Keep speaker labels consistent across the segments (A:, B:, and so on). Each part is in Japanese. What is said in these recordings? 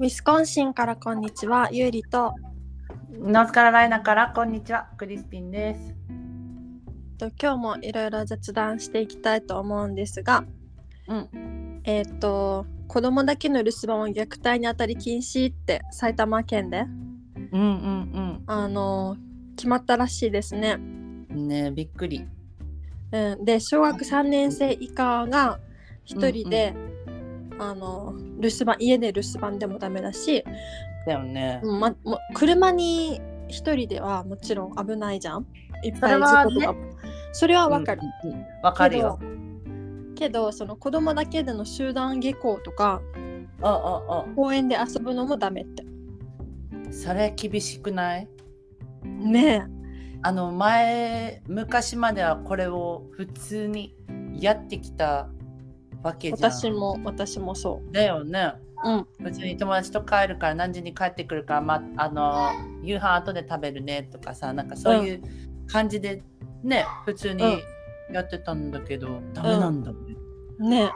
A: ウィスコンシンからこんにちは、ゆうりと。
B: ノースカロライナからこんにちは、クリスピンです。
A: と今日もいろいろ雑談していきたいと思うんですが、
B: うん、
A: えっ、と子供だけの留守番は虐待にあたり禁止って埼玉県で
B: うんうん
A: あの決まったらしいですね。
B: うん。ねえびっくり。
A: うん、で小学3年生以下が1人で、あの留守番家で留守番でもダメだし、
B: だよね。
A: ま、もう車に1人ではもちろん危ないじゃん。いっぱい
B: それは
A: 事故とかそれはわかる。
B: うんうんうん。わかるよ。
A: けどその子供だけでの集団下校とか
B: ああ
A: 公園で遊ぶのもダメって
B: あ。それ厳しくない
A: ね
B: あの前、昔まではこれを普通にやってきたわけ
A: え
B: じゃん。
A: 私も私もそ
B: だよね。
A: ううん
B: 普通に友達と帰るから何時に帰ってくるから、ま、あの夕飯後で食べるねとかさなんかそういう感じでね、普通にやってたんだけど、ダメなんだね。
A: ね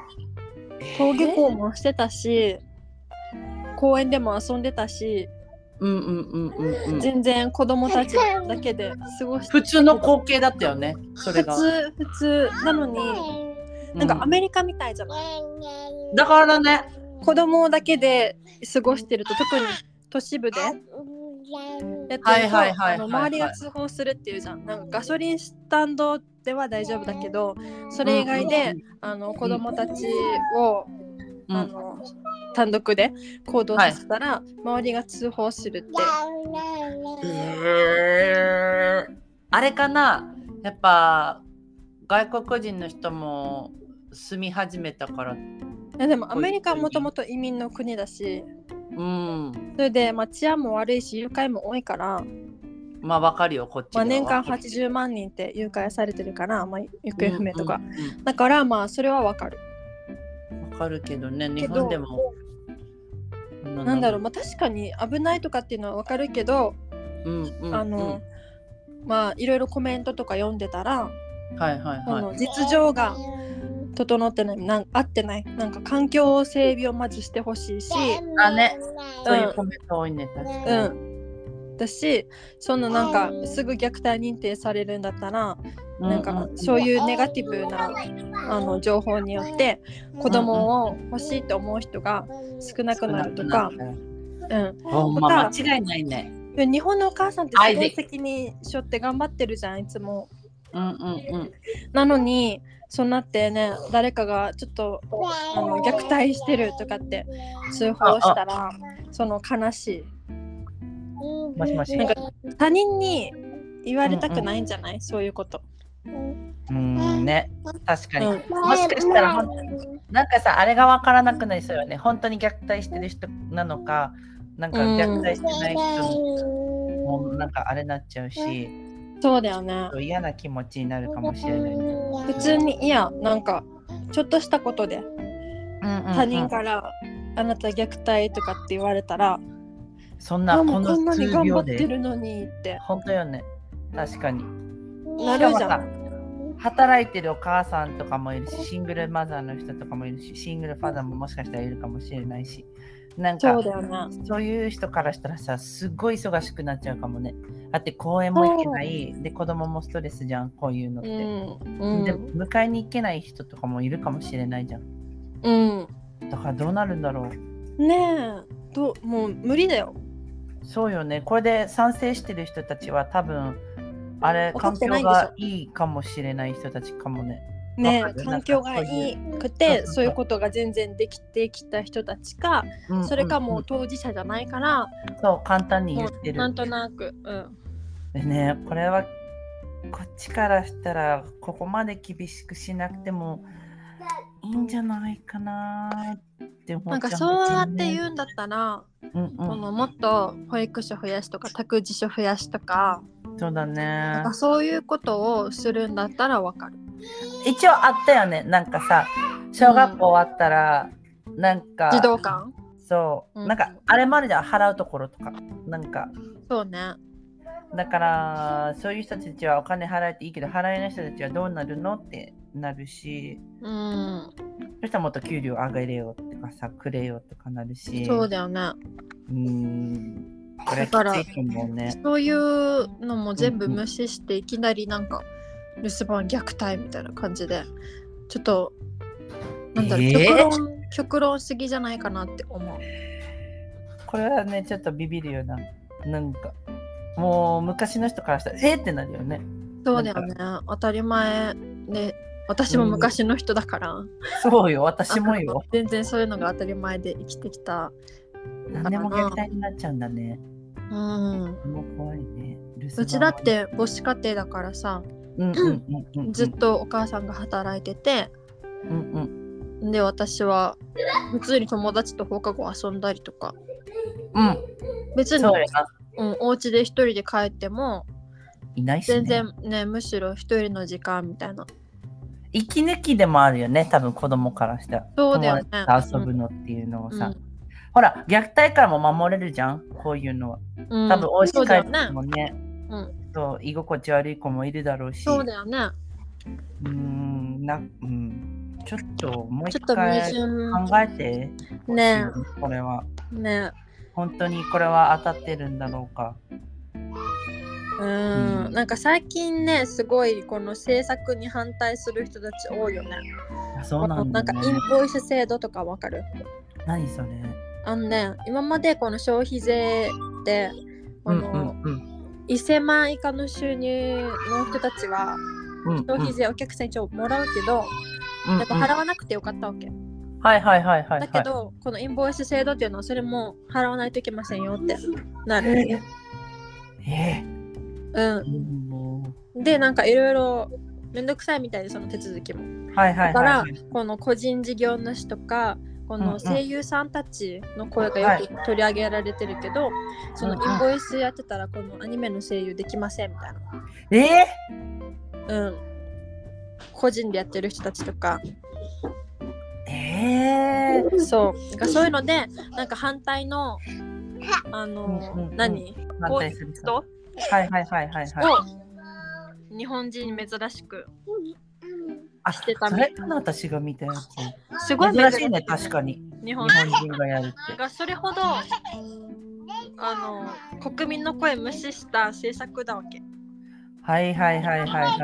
A: え登下校もしてたし公園でも遊んでたし
B: うんうんうんうんうん。
A: 全然子供たちだけで過ごして
B: 普通の光景だったよねそれ
A: 普
B: が。
A: 通普通なのに
B: うん
A: なんかアメリカみたいじゃない、
B: だからね
A: 子供だけで過ごしてると特に都市部でやってると
B: はいはいはいはいはい
A: あの周りが通報するっていうじゃんなんかガソリンスタンドでは大丈夫だけどそれ以外で、あの子供たちを、
B: うん
A: あの単独で行動させたら、周りが通報するって
B: えーあれかなやっぱ外国人の人も住み始めたから。
A: いやでもアメリカはもともと移民の国だし
B: うん
A: それで、まあ、治安も悪いし誘拐も多いから、
B: まあわかるよこっち
A: まあ、
B: は
A: 年間80万人って誘拐されてるから、まあ、行方不明とか、
B: うんうん
A: だからまあそれはわかる
B: うんわかるけどね
A: け
B: 日
A: ど
B: 本でも
A: なんだろう、まあ、確かに危ないとかっていうのはわかるけど、
B: うんうんうん
A: あのまあいろいろコメントとか読んでたら、
B: はいはい
A: あ
B: は
A: の実情が整ってないなん合ってないなんか環境整備をまずしてほしいし、
B: あねいそううんいうコメント多いね確か
A: う
B: に、
A: ん、だしそんななんかすぐ虐待認定されるんだったら、
B: う
A: なんかそういうネガティブなあの情報によって子供を欲しいと思う人が少なくなるとか、うん
B: ほん
A: また
B: ま間違いないね
A: で、日本のお母さんってすごい責任背負って頑張ってるじゃんいつも。
B: うんうん
A: なのにそんなってね誰かがちょっとあの虐待してるとかって通報したらその悲し
B: うんもしもし
A: いなんか他人に言われたくないんじゃない、そういうこと。
B: うんね確かに、
A: うん
B: もしかしたらほんなんかさあれがわからなくなりそうよね本当に虐待してる人なのかなんか虐待してない人もなんかあれなっちゃうし、
A: そうだよね。
B: 嫌な気持ちになるかもしれないね、
A: 普通にいやなんかちょっとしたことで
B: うんうんうん
A: 他人から「あなた虐待」とかって言われたら
B: そん
A: 「あ
B: な
A: も
B: こ
A: うこん
B: の
A: なに
B: 数
A: 頑張
B: 秒
A: ってる
B: で
A: のに」って
B: 本当よね確かに
A: なるじゃん。
B: 働いてるお母さんとかもいるしシングルマザーの人とかもいるしシングルファザーももしかしたらいるかもしれないしなん
A: そ
B: か
A: うだよね。
B: そういう人からしたらさすごい忙しくなっちゃうかもねだって公園も行けないで子供もストレスじゃんこういうのっ
A: う
B: て、
A: んう
B: で
A: ん
B: 迎えに行けない人とかもいるかもしれないじゃん
A: う。
B: だからどうなるんだろうん
A: ねえどうもう無理だよ。
B: そうよねこれで賛成してる人たちは多分あれ
A: 分か
B: 環
A: ってない
B: 境
A: んでしょ
B: がいいかもしれない人たちかもね
A: ね
B: わかる
A: 環境がいいくてそういうことが全然できてきた人たちかそれかもう当事者じゃないから
B: そう簡単に言
A: も
B: って
A: うな
B: る
A: んとなくうん
B: でねこれはこっちからしたらここまで厳しくしなくてもいいんじゃないかなって思っちゃう
A: なんかそうやって言
B: う、
A: うんだったら
B: うん
A: こ
B: う
A: のもっと保育所増やしとか託児所増やしとか
B: ん、そうだね
A: なんかそういうことをするんだったらわかる
B: 一応あったよねなんかさ小学校終わったら、なんか
A: 児童館
B: そう、
A: うん
B: なんかあれまでじゃん払うところとかなんか
A: そうね
B: だからそういう人たちはお金払えていいけど払えない人たちはどうなるのってなるし
A: うん、
B: そしたらもっと給料上げれよとかさくれよとかなるし
A: そうだよね。
B: うんこれ
A: だから
B: きついと思うね
A: そういうのも全部無視していきなりなんか留守番虐待みたいな感じでちょっとなんだろう、
B: えー
A: 極論極論すぎじゃないかなって思う。
B: これはねちょっとビビるよななんかもう昔の人からしたらえー、ってなるよね
A: そうだよね当たり前ね私も昔の人だから、
B: そうよ私もよ
A: 全然そういうのが当たり前で生きてきた。
B: 何でも虐待になっちゃうんだね
A: うん
B: もう怖いね留守番
A: うちだって母子家庭だからさ
B: うんうんうんうん
A: ずっとお母さんが働いてて
B: うんうん
A: で私は普通に友達と放課後遊んだりとか
B: うん
A: 別に
B: そうやな
A: うん、お家で一人で帰っても
B: いないし、ね、
A: 全然ねむしろ一人の時間みたいな
B: 息抜きでもあるよね多分子供からしたら
A: そうだよね
B: 友達と遊ぶのっていうのをさ、
A: うん
B: ほら虐待からも守れるじゃんこういうのは
A: うん
B: 多分お家
A: そう
B: 帰
A: だよ
B: って
A: ね
B: もね,、
A: うん
B: そう居心地悪い子もいるだろうし
A: そうだよね
B: うーんな、うん、ちょっともう
A: ち
B: 一
A: ょっと矛
B: 回
A: 盾
B: 考えてほしい
A: ね
B: これは
A: ね
B: 本当にこれは当たってるんだろうか
A: うん、
B: うん
A: なんか最近ねすごいこの政策に反対する人たち多いよね
B: あそうなん
A: な
B: だ、
A: んか
B: ね、
A: インボイス制度とかわかる
B: 何それ
A: あのね今までこの消費税であの、
B: うんうん
A: 1000万以下の収入の人たちは
B: うんうん
A: 消費税お客さん一応もらうけど、
B: うん
A: や
B: うん
A: っぱ払わなくてよかったわけ、
B: はいはいはいはい、はい、
A: だけど、このインボイス制度っていうのはそれも払わないといけませんよってなる。
B: えーえ
A: う、
B: ーもうん
A: でなんかいろいろめんどくさいみたいでその手続きも。
B: はいはいはい、はい。
A: だからこの個人事業主とかこ
B: うんう
A: の
B: ん
A: 声優さんたちの声がよく取り上げられてるけど、その
B: うんうん
A: インボイスやってたらこのアニメの声優できませんみたい
B: え
A: な。うん個人でやってる人たちとか
B: ー、えー、
A: そうなんかそういうのでなんか反対のあの、
B: うんうんうん
A: 何
B: 反対する人
A: 人
B: はいはいはいはいはい。
A: を日本人に珍しく
B: あ
A: してた
B: そ
A: み
B: れかな私が見たやつ。
A: すごい珍
B: 珍し
A: しい
B: いね確かに日
A: 日本
B: 本人がやるって。
A: がそれほどあの国民の声無視した政策だわけ
B: はいはいはいはいはい。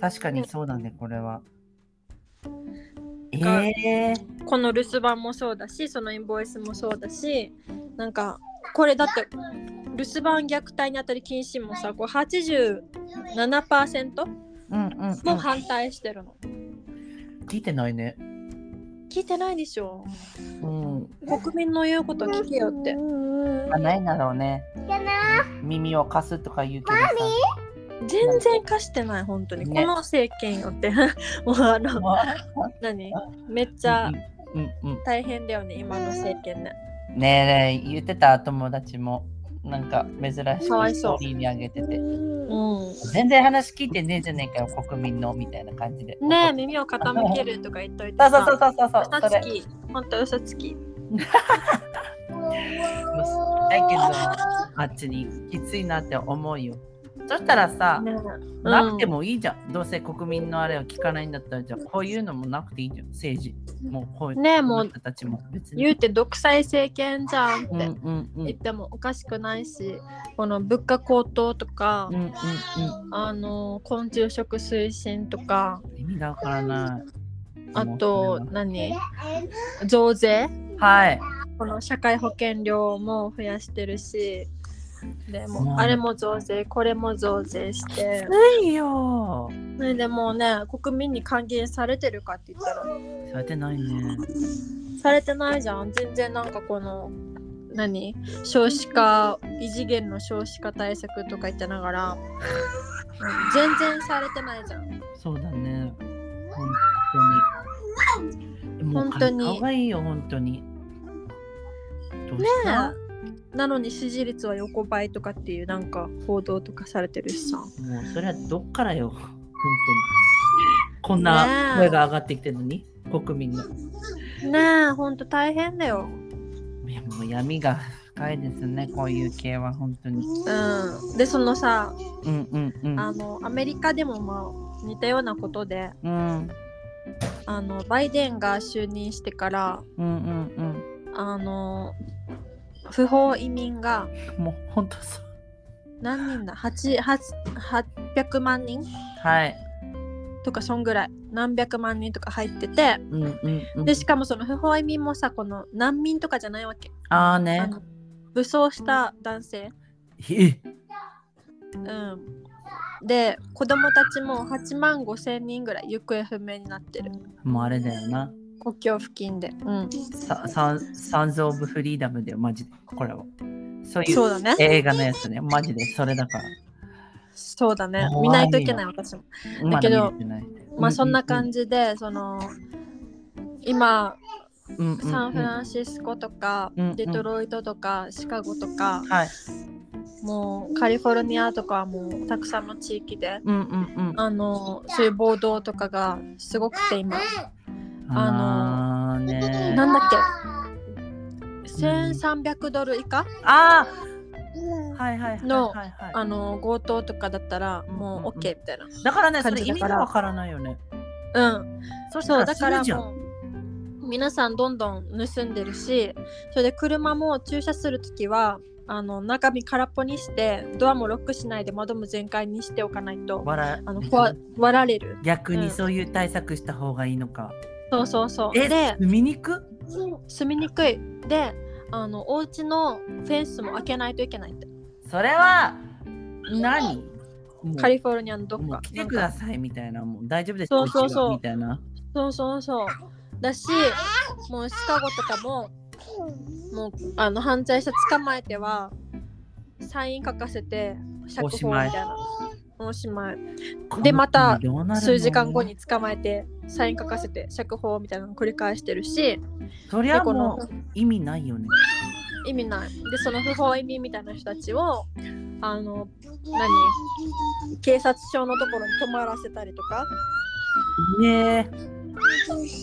B: 確かにそうだねこれは。え
A: が
B: ー、
A: この留守番もそうだしそのインボイスもそうだしなんかこれだって留守番虐待にあたり禁止もさこう87%
B: うんうん、うん、
A: も反対してるの、
B: 聞いてないね。
A: 聞いてないでしょ
B: うん。
A: 国民の言うこと聞けよって
B: あないんだろうね。耳を貸すとか言うけどさ。
A: 全然貸してない本当に、
B: ね
A: この政権よって もうあの
B: もう
A: 何めっちゃ
B: うんうんうん。
A: 大変だよね今の政権ね
B: ねえねえ言ってた友達もなんか珍しい
A: かわいそう
B: ーにあげてて
A: う
B: 全然話聞いてねえじゃねえかよ国民のみたいな感じで
A: んねえ耳を傾けるとか言っといて
B: そう
A: さ
B: そうそうそうそう
A: 嘘
B: それ
A: つき本当嘘つき
B: だけどあっちにきついなって思うよそしたらさ、
A: ね
B: なくてもいいじゃんどうせ国民のあれを聞かないんだったらじゃあこういうのもなくていいじゃん政治もうこういう
A: ねえもう
B: 人たちも別
A: 言
B: に
A: うて独裁政権じゃんって
B: うんうんうんうん
A: 言ってもおかしくないしこの物価高騰とか
B: うんうん
A: あの昆虫食推進とか
B: 意味がわからない
A: あと何増税
B: はい
A: この社会保険料も増やしてるしで
B: そう
A: も
B: なん
A: う
B: だ
A: あれも増税これも増税して
B: ないよ
A: それでもうね国民に還元されてるかって言ったら
B: されてないね。
A: されてないじゃん全然なんかこの何少子化異次元の少子化対策とか言ってながらうん全然されてないじゃん
B: そうだね。本当に。
A: 本当に
B: もうかわいいよ、本当に。どう
A: ね
B: した、
A: えなのに支持率は横ばいとかっていうなんか報道とかされてるしさ
B: もうそれはどっからよ、本当に。こんな
A: ねえ
B: 声が上がってきてるのに、国民の。
A: ねえほんと大変だよ
B: いやもう闇が深いですね、こういう系は本当に。
A: うんでそのさ
B: うんうんうん。
A: あのアメリカでもまあ似たようなことで
B: うん
A: あのバイデンが就任してから
B: うんうん
A: あの不法移民が
B: うんもう本当そう
A: 何人だ8 8 800万人
B: はい
A: とかそんぐらい何百万人とか入ってて
B: うんうん、うん、
A: でしかもその不法移民もさこの難民とかじゃないわけ
B: ああ
A: あ
B: ね
A: の武装した男性、
B: え
A: うん、で子供たちも8万5千人ぐらい行方不明になってる
B: もうあれだよな
A: 国境付近で、うん、
B: サササンズ・オブ・フリーダムだよマジでこれはそうい
A: そううだね
B: 映画のやつねマジでそれだから
A: そうだね
B: 怖い
A: 見
B: よ
A: ないといけない私もだけど
B: ま見れてない
A: まあそんな感
B: じ
A: じでその今サンフ
B: は
A: ランシスコとか
B: うんうん
A: デトロイトとかシカゴとか
B: い
A: もうカリフォルニアとかはもうたくさんの地域で
B: うんうんうん
A: あのそういう暴動とかがすごくて今
B: あのね
A: なんだっけ1300ドル以下
B: あーはいはいはいはい
A: の
B: はいはい
A: あの強盗とかだったらもう OK みたいな。
B: だからねそ
A: 感
B: れ
A: じだ
B: 意味
A: から
B: がわからないよね
A: うん、
B: そした
A: そう
B: ら
A: だ
B: す
A: か
B: る
A: ら
B: じゃん
A: もう皆さんどんどん盗んでるしそれで車も駐車するときはあの中身空っぽにしてドアもロックしないで窓も全開にしておかないと
B: 笑
A: あの壊割られる。
B: 逆
A: う
B: に
A: ん
B: そういう対策した方がいいのか
A: そうそうそう。
B: え
A: で
B: 見に行く
A: 住みにくい。であのお家のフェンスも開けないといけないって
B: それは何もう
A: カリフォルニアのどっ
B: も
A: か
B: う。来てくださいみたいなもう大丈夫です
A: そうそう
B: こっちは
A: そう
B: みたいな
A: そうそうそう。だし、もうシカゴとかも、もうあの犯罪者捕まえては、サイン書かせて、釈放みたいな。もうおしまい。でまた数時間後に捕まえて、サイン書かせて、釈放みたいなのを繰り返してるし、
B: そり
A: で
B: ゃ
A: この
B: もう意味ないよね
A: 意味ない。で、その不法移民みたいな人たちを、あの、何警察署のところに泊まらせたりとか、
B: ねえ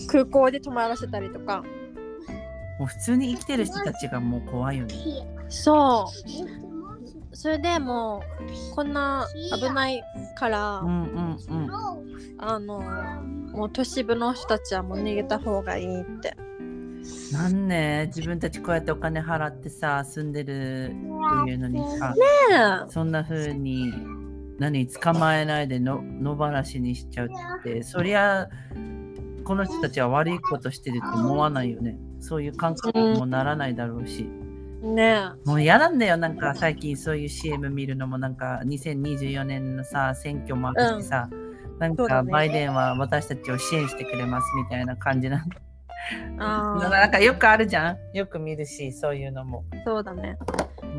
A: 空港で泊まらせたりとか。
B: もう普通に生きてる人たちがもう怖いよね
A: そう。それでもうこんな危ないから、
B: うんうんうん
A: あのもう都市部の人たちはもう逃げた方がいいって
B: なんね自分たちこうやってお金払ってさ住んでるっていうのにさ
A: ね
B: そんな風に何捕まえないでの野放しにしちゃうってそりゃこの人たちは悪いことしてるって思わないよねそういう感覚にもならないだろうし、
A: えね
B: もう嫌なんだよなんか最近そういう CM 見るのもなんか2024年のさ選挙もあるしさ、なん
A: そうだ
B: か
A: ね
B: バイデンは私たちを支援してくれますみたいな感じな
A: えあ
B: なんかよくあるじゃんよく見るしそういうのも、
A: ーそうだね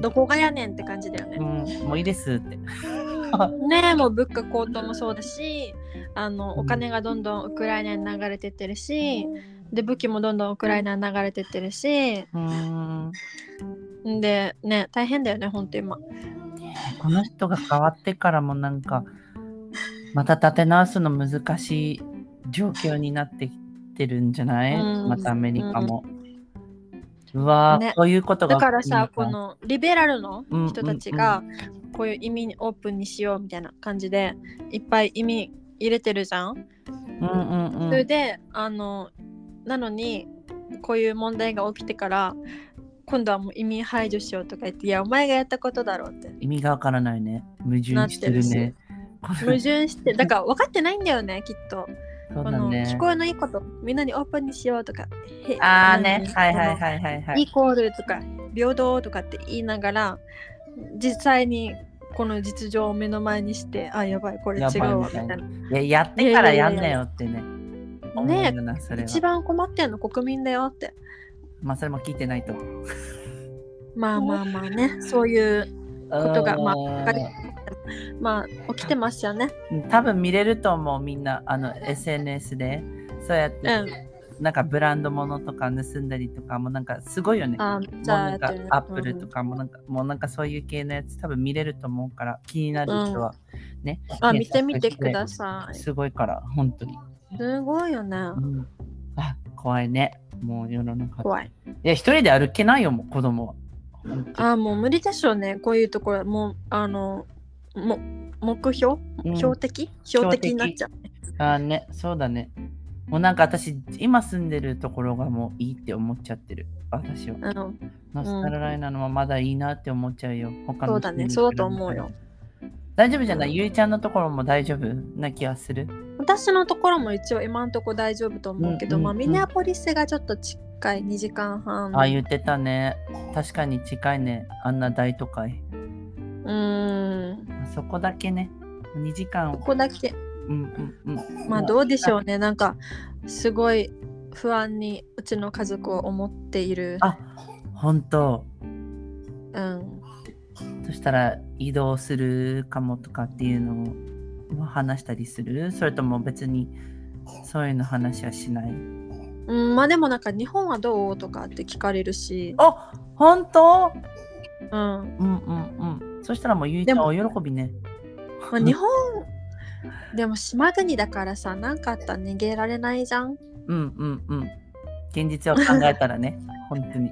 A: どこがやねんって感じだよ
B: うん
A: ね、
B: もういいですって
A: ねえもう物価高騰もそうだしあのお金がどんどんウクライナに流れてってるしで武器もどんどんウクライナに流れてってるし
B: うん
A: んでね大変だよねほんと今
B: この人が変わってからもなんかまた立て直すの難しい状況になってきてるんじゃない、
A: うん
B: またアメリカも、うわー、
A: ね
B: そういうことが
A: だからさ
B: 起き
A: こ
B: るのか
A: のリベラルの人たち
B: う
A: がこういう移民オープンにしようみたいな感じでいっぱい移民入れてるじゃん。
B: うんう
A: そ
B: ん
A: うれ
B: ん
A: であのなのにこういう問題が起きてから今度はもう移民排除しようとか言っていやお前がやったことだろうって
B: 意味がわからないね矛盾してるねこ
A: 矛盾してだから分かってないんだよ ねきっと。
B: そう
A: こ
B: だ
A: の
B: ね
A: 聞こえのいいことみんなにオープンにしようとか。へ
B: ああね
A: 何
B: はいはいはいはいはい
A: イコールとか平等とかって言いながら実際にこの実情を目の前にしてあやばいこれ
B: や
A: 違
B: ばいう
A: わ
B: み
A: みた
B: たい
A: い
B: な
A: な
B: ややってから
A: いや
B: や
A: いやい
B: ん
A: や
B: なよってね。
A: ね
B: 思うよなそれは
A: 一番困ってんの国民だよって
B: まあそれも聞いてないと。こ
A: まあまあまあねそういうとがまあわかりまあ起きてますよね
B: 多分見れると思うみんなあの SNS でそうやっ
A: う
B: て、
A: ん
B: なんかブランド物とか盗んだりとかもなんかすごいよね。も
A: あ
B: う
A: じゃあ
B: なん
A: やっ
B: か
A: てる
B: アップルとかもなんか、もうなんかそういう系のやつ多分見れると思うから気になる人はね。
A: あ見てみてください
B: すごいから本当に。
A: すごいよね
B: うんあ怖いね。もう世の中。
A: 怖い
B: いや、一人で歩けないよ、もう子供は。
A: あもう無理でしょうねこういうところもうあのもう目標
B: うん
A: 標的標的になっちゃう。
B: あーね、そうだね。もうなんか私、今住んでるところがもういいって思っちゃってる。私は。
A: うん、
B: ノスカロライナのはまだいいなって思っちゃうよ。他の
A: そうだね、そうだと思うよ。。
B: 大丈夫じゃないゆいちゃんのところも大丈夫な気がする。
A: 私のところも一応今のところ大丈夫と思うけど、
B: うんうん
A: まあ、
B: うん
A: ミネアポリスがちょっと近い2時間半。
B: あ、言ってたね。確かに近いね。あんな大都会。
A: うーん。
B: そこだけね。2時間
A: こ。こだけ、
B: うんうんうん。
A: まあどうでしょうね、なんかすごい不安にうちの家族を思っている。
B: あ本当。
A: うん、
B: そしたら移動するかもとかっていうのを話したりするそれとも別にそういうの話はしない
A: うん、まあでもなんか日本はどうとかって聞かれるし、
B: あ本当
A: うん
B: うんうんうん。そしたらもうゆいち
A: で
B: ゃん
A: も
B: お喜びね。
A: まあ、日本でも島国だからさ何かあったら逃げられないじゃん。
B: うんうんうん。現実を考えたら ね。本当に。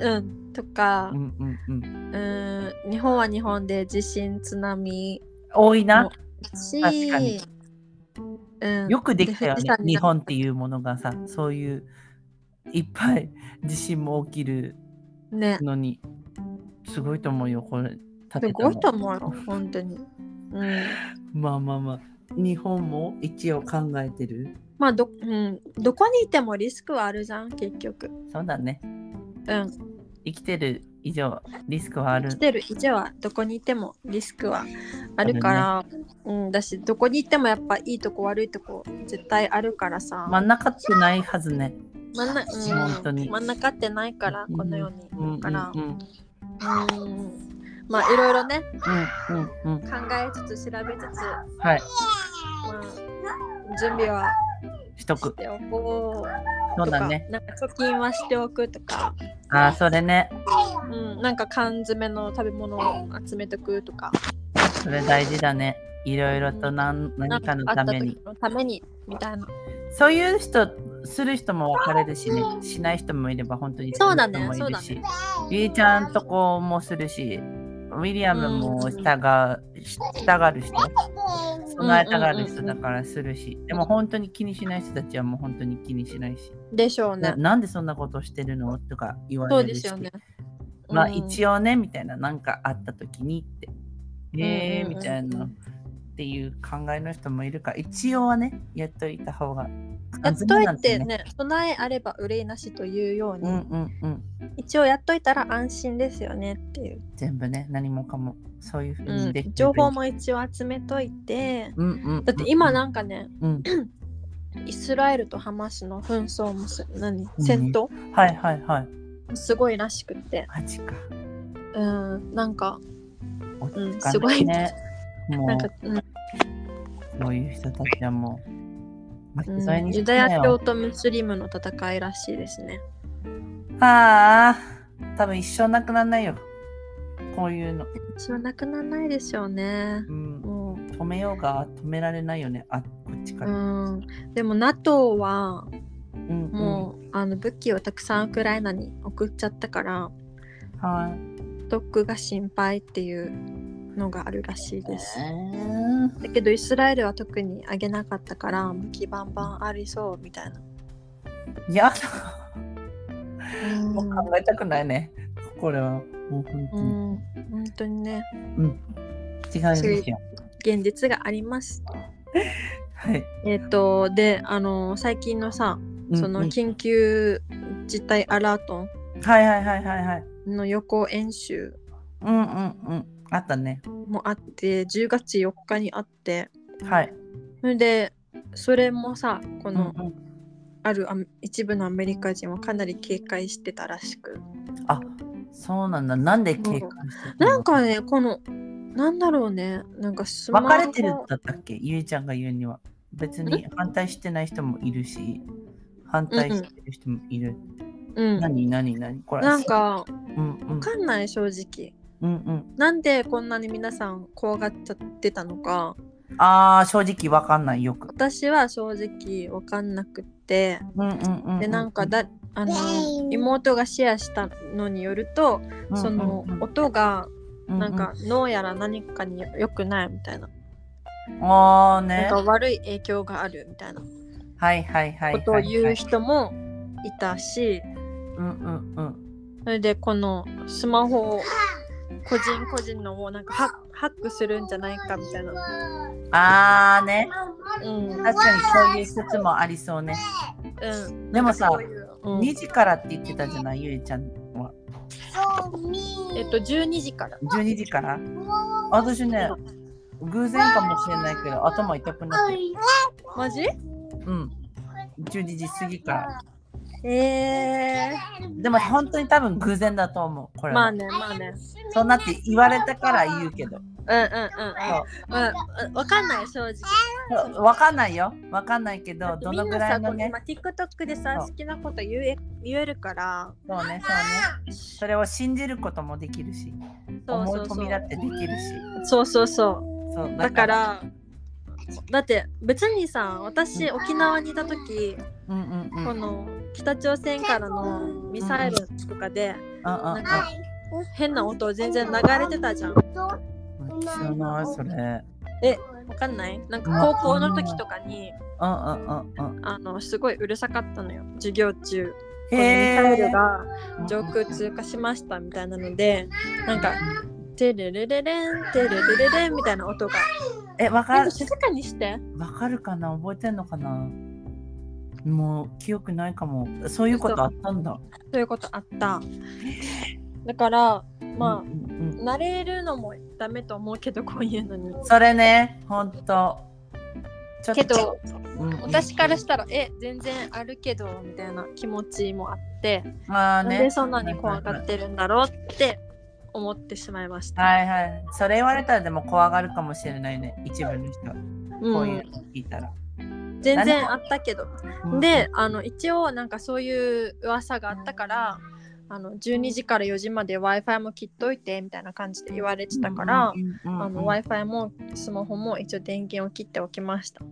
A: うん、とか
B: う、んうんうん。
A: うん、日本は日本で地震津波
B: 多いな。
A: し
B: 確かに
A: うん、
B: よくできたよね
A: で富士。山に
B: 日本っていうものがさ、そういういっぱい地震も起きる
A: ね
B: のに。すごいと思うよ、これ。建てた
A: す
B: の
A: ごいと思うよ本当に、うん、
B: まあまあまあ。日本も一応考えてる。
A: まあど,、うん、どこにいてもリスクはあるじゃん結局
B: そうだね。
A: うん
B: 生きてる以上、リスクはある
A: 来。てる以上はどこにいてもリスクはあるから、うん、だしどこに行ってもやっぱいいとこ悪いとこ絶対あるからさ、
B: 真ん中ってないはずね。
A: 真んなうん
B: 本当に
A: 真ん中ってないから
B: うん
A: このよう
B: うんうんう
A: にだ
B: ん。
A: から
B: うんうん
A: うんまあいろいろね
B: うん。
A: 考えつつ調べつつ、ま
B: はい。
A: あ、準備は
B: しとく
A: し。ておこう
B: そ
A: と
B: う
A: か
B: だね。
A: なんか貯金はしておくとか、
B: ああ、それね。
A: うん、なんか缶詰の食べ物を集めとくとか
B: それ大事だね。いろいろと何
A: な
B: 何
A: ん
B: かの
A: あ
B: た
A: った
B: め
A: 時
B: に。
A: のためにみたいな
B: そういう人、する人も分かれるしね。しない人もいれば、本当に
A: そうだ
B: る
A: ね
B: 人もいる
A: そう
B: し。ゆいちゃんとこもするし、ウィリアムも従う、し従る人、備えたがる人だからするし。でも本当に気にしない人たちはもう本当に気にしないし。
A: でしょうね
B: ななんでそんなことしてるのとか言わ
A: そ
B: れ
A: うで
B: るし
A: す。よね。
B: まあ
A: うん
B: 一応ね、みたいな、なんかあった時にって。え
A: うんうんうん
B: ー、みたいな。っていう考えの人もいるから、一応はね、やっといた方が。
A: やっといて
B: 安全なんね。
A: ね、備えあれば憂いなしというように、
B: うんうんうん。
A: 一応やっといたら安心ですよねっていう、
B: 全部ね、何もかも、そういうふうにできてる
A: 情報も一応集めといて、
B: うんうん。
A: だって今なんかね、
B: うん。
A: イスラエルとハマスの紛争もす何戦闘、
B: はいはいはい。
A: すごいらしくて、
B: マジか。
A: うん、なんか、
B: 落ち着かな
A: うんすごい
B: ね。も
A: なんか
B: う、、
A: うん
B: そういう人たちはもう、巻き
A: う
B: 添え
A: ん、
B: に
A: ユ
B: し
A: ダ
B: てよ
A: ヤ教とムスリムの戦いらしいですね。
B: ああ、多分一生なくならないよ。こういうの。
A: 私はなくならないでしょうね。
B: うん、
A: もう
B: 止めようが止められないよね。あ、こっちから。
A: うん、でも NATO は
B: うんうん
A: もう、あの武器をたくさんウクライナに送っちゃったから
B: は
A: ストックが心配っていうのがあるらしい
B: い。
A: です。
B: ね
A: だけどイスラエルは特にあげなかったから武器バンバンありそうみたいな。
B: いや、
A: うん
B: もう考えたくないね。これは。もう本当
A: う
B: に。
A: ん、本当にね
B: 違うんですよ。
A: 現実があります。
B: はい。
A: えっ、とであの最近のさその
B: うん
A: 緊急事態アラート
B: うんはいはいはいはいはい。
A: の予行演習
B: うんうんうん。あったね。
A: もあって10月4日にあって。
B: はい。
A: それでそれもさこ
B: うんう
A: の
B: ん、
A: あるアメ一部のアメリカ人はかなり警戒してたらしく
B: あ、そうなんだ。なんで警戒してたの
A: なんかねこのなんだろうねなんかスマホ
B: 分かれてるんだったっけゆいちゃんが言うには。別に反対してない人もいるし、反対してる人もいる。
A: うん
B: 何何何これ。
A: なん、か
B: うんうん
A: わ、かんない正直
B: うんうん。
A: なんでこんなに皆さん怖がっちゃってたのか
B: ああ、正直わかんないよく。
A: 私は正直わかんなくって
B: うんうんうんうん。
A: でなんかだあの妹がシェアしたのによると
B: うんうんうん、
A: その音がなんか脳やら何かに良くないみたいな,、
B: うんうん、ああね
A: なんか悪い影響があるみたいな
B: はいはいはいはい、
A: ことを言う人もいたし、
B: うんうんうん
A: それでこのスマホを個人個人のをなんかハッハックするんじゃないかみたいな、
B: ああね
A: うんうん、
B: 確かにそういう説もありそうねでもさ
A: そういううん
B: 2時からって言ってたじゃないゆいちゃんは
A: えっと12時から
B: 12時から私ね偶然かもしれないけど頭痛くなってる
A: マジ
B: うん12時過ぎから
A: え
B: でも本当に多分偶然だと思うこ
A: ー、
B: れは
A: まあねまあね
B: そうなって言われたから言うけど
A: うんうんうん
B: そう
A: まあわかんない正直
B: そうわかんないよわかんないけどどのぐらいの
A: みん
B: ね
A: なさこう今 TikTok でさ
B: そう
A: 好きなこと言え言えるから
B: そうねそうねそれを信じることもできるし
A: そう
B: 思い
A: そうそ
B: 込みだってできるし
A: うそうそうそう
B: そう
A: だからだって別にさ私沖縄にいた時、
B: うんうんうんうんう
A: こ
B: ん
A: の北朝鮮からのミサイルとかで
B: うん
A: 変な音全然流れてたじゃん
B: 知らないそれう
A: わかんないなんか高校の時とかに
B: んうんうんうん
A: あのすごいうるさかったのよ授業中このミサイ
B: へ
A: ル
B: え
A: が上空通過しましたみたいなのでなんかテレレレレンテレレレレンみたいな音が
B: えわ
A: ちょ
B: か
A: っと静かにして
B: わかるかな覚えてんのかなもう記憶ないかもそういうことあったんだ
A: ということあ っただからま
B: うんうんうん
A: あ慣れるのもダメと思うけどこういうのに
B: それねほんとちょっ
A: けど
B: うんうん
A: 私からしたらえ全然あるけどみたいな気持ちもあって、
B: まあ
A: なん
B: ね
A: でそんなに怖がってるんだろうって思ってしまいました、
B: はいはい。それ言われたらでも怖がるかもしれないね。一部の人。
A: うん
B: こういうの聞いたら。
A: 全然あったけど
B: うん、
A: であの一応なんかそういう噂があったからあの12時から4時まで w i f i も切っといてみたいな感じで言われてたから、
B: うんうんうん
A: あの w i f i もスマホも一応電源を切っておきました。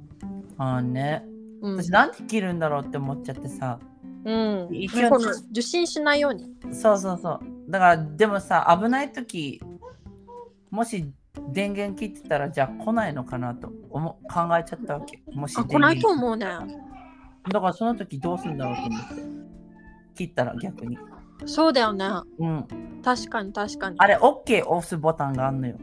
B: あーね。
A: うん
B: 私なんで切るんだろうって思っちゃってさ。
A: うん、
B: 一応
A: この受信しないように。
B: そうそうそう。だからでもさ、危ない時もし電源切ってたらじゃあ来ないのかなと思考えちゃったわけ。もし
A: あ
B: 電
A: 来ないと
B: 源
A: 思うね。
B: だからその時どうするんだろうと思って。切ったら逆に。
A: そうだよね。
B: うん。
A: 確かに確かに。
B: あれ OK 押すボタンがあんのよ。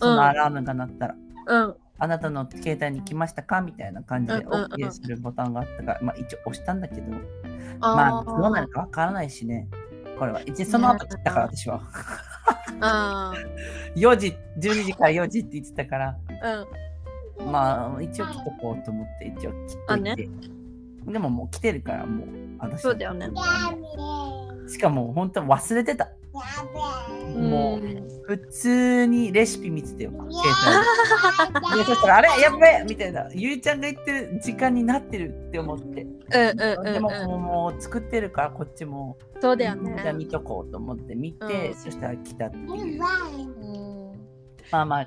B: そのアラームが鳴ったら。
A: うん
B: あなたの携帯に来ましたかみたいな感じで
A: うんうんうん
B: OK するボタンがあったから、まあ一応押したんだけど、ま
A: あ
B: あ
A: ー
B: どうなるかわからないしね。これは一応その後切ったから私は。
A: あ
B: 4時、12時から4時って言ってたから、
A: ーうん
B: まあ一応切っとこうと思って一応切っといて。
A: あね
B: でももう来てるからもう私
A: そうだよね
B: しかも本当忘れてた。もう
A: う
B: 普通にレシピ見てたよ、携帯で。でそしたらあれやっべえみたいな、ゆいちゃんが言ってる時間になってるって思って。
A: んうんうん
B: でも
A: うん
B: もうもう作ってるからこっちも
A: そうだよ
B: じゃ
A: ね
B: あ見とこうと思って見て、
A: うん
B: そしたら来たっていう
A: うん
B: まあまあ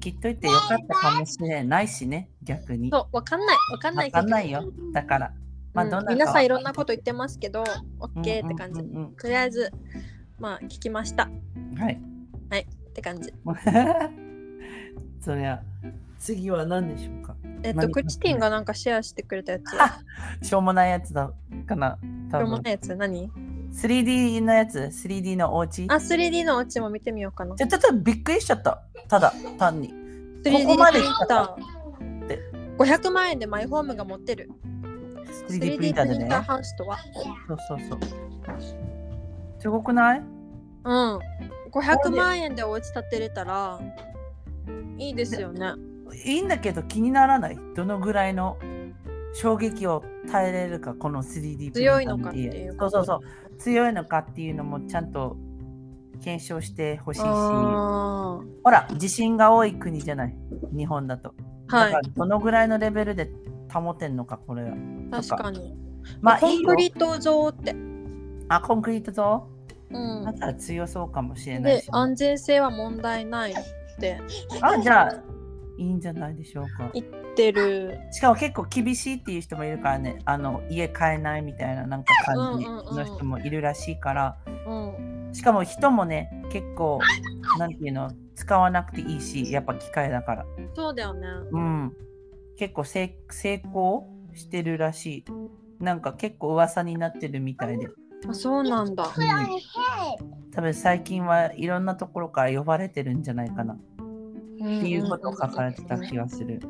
B: きっといてよかったかもしれないしね逆に
A: そうわかんないわかんないけ
B: わ
A: ど
B: かんないよだからまあ
A: うん
B: どんな
A: 皆さんいろんなこと言ってますけど OK って感じ
B: うんうんうん
A: とりあえずまあ聞きましたっ
B: うんはい
A: て感じ
B: そりゃ次は何でしょうか
A: えっ
B: 何
A: とクチティンがなんかシェアしてくれたやつ
B: しょうもないやつだかな多
A: これも
B: 分
A: のやつ何
B: 3D のやつ 3D のお家ち
A: あ
B: ょ
A: 3D のお家も見てみようかな
B: ちょっとびっくりしちゃったただ単に
A: 3D
B: こまで
A: プリンタ
B: で
A: ー500万円でマイホームが持ってる
B: 3D プリ
A: 3D
B: ンター
A: プ
B: で
A: リ
B: ね
A: ンターハウスとは
B: そうそうそうすごくない
A: うん。500万円でお家建てれたらいいですよね。
B: いいんだけど気にならないどのぐらいの衝撃を耐えれるかこの 3D プリンター
A: 強いのかっていう
B: そ
A: こ
B: う
A: と
B: そうそう強いのかっていうのもちゃんと検証してほしいしほ
A: あ
B: ら地震が多い国じゃない日本だと
A: あ。
B: だか
A: は
B: ら
A: い。
B: どのぐらいのレベルで保てんのかこれは
A: 確かに。
B: まあ
A: コ
B: いい
A: ン
B: よ
A: クリート像って。
B: あコンクリートぞ
A: うん
B: だ。ったら強そうかもしれない
A: で
B: し、
A: 安全性は問題ないって
B: あじゃあいいんじゃないでしょうか
A: 言ってる。
B: しかも結構厳しいっていう人もいるからねあの家買えないみたいななんか感じ
A: うんうんうん
B: の人もいるらしいから、
A: うん。
B: しかも人もね、結構、なんていうの、使わなくていいし、やっぱ機械だから。
A: そうだよね。
B: うん。結構せ成功してるらしい。なんか結構噂になってるみたいで。
A: あ、そうなんだ。
B: 多分最近はいろんなところから呼ばれてるんじゃないかな。っていうことを書かれてた気がする。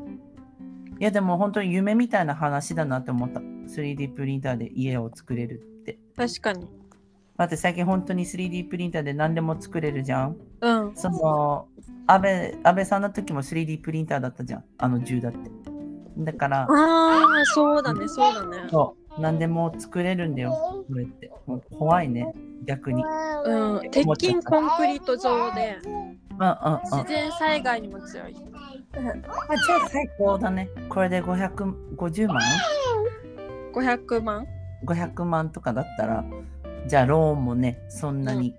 B: いやでも本当に夢みたいな話だなって思った。3D プリンターで家を作れるって。
A: 確かに。
B: だって最近本当に 3D プリンターで何でも作れるじゃん。
A: うん。
B: その安倍安倍さんの時も 3D プリンターだったじゃん。あの銃だって。だから、
A: ああ、そうだね、そうだね。
B: そう何でも作れるんだよ。これって。もう怖いね、逆に。
A: うん。鉄筋コンクリート上で
B: あああ
A: 自然災害にも強い。
B: あじゃあ最高だね。これで550万
A: 500万
B: ?500 万とかだったら、じゃあローンもね、そんなに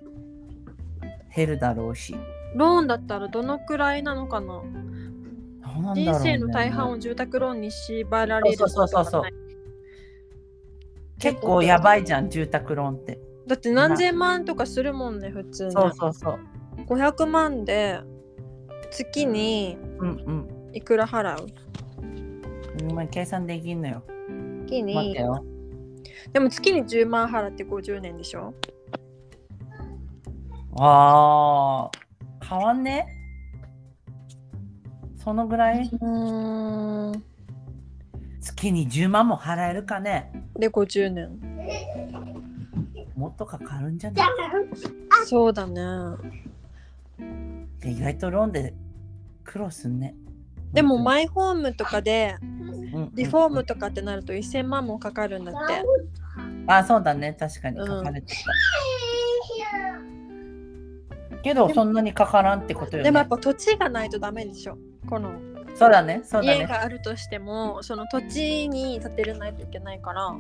B: 減るだろうし。
A: ローンだったらどのくらいなのかな、
B: どうなんだ
A: 人
B: ろう
A: 生
B: ね
A: の大半を住宅ローンに縛られる
B: そうそうそうそう結構やばいじゃん、住宅ローンって。
A: だって何千万とかするもんね普通に
B: そうそうそう。
A: 500万で月に
B: うん
A: いくら払う
B: うん。まあ計算できんのよ。
A: 月
B: 待って
A: に
B: よ。
A: でも月に10万払って50年でしょ
B: ああ、変わんねそのぐらい
A: うん
B: 月に10万も払えるかね
A: で50年
B: もっとかかるんじゃない
A: そうだね
B: で意外とローンで苦労すんね。
A: でもマイホームとかで
B: うん
A: リフォームとかってなると1000万もかかるんだって
B: あ、そうだね。確かに
A: うん
B: 書かれてた。けど、そんなにかからんってことよ
A: でもや
B: ね
A: っ。ぱ土地がないとダメでしょこの
B: そうだね。そうだ
A: 家
B: ね。
A: があるとしてもその土地に建てれないといけないから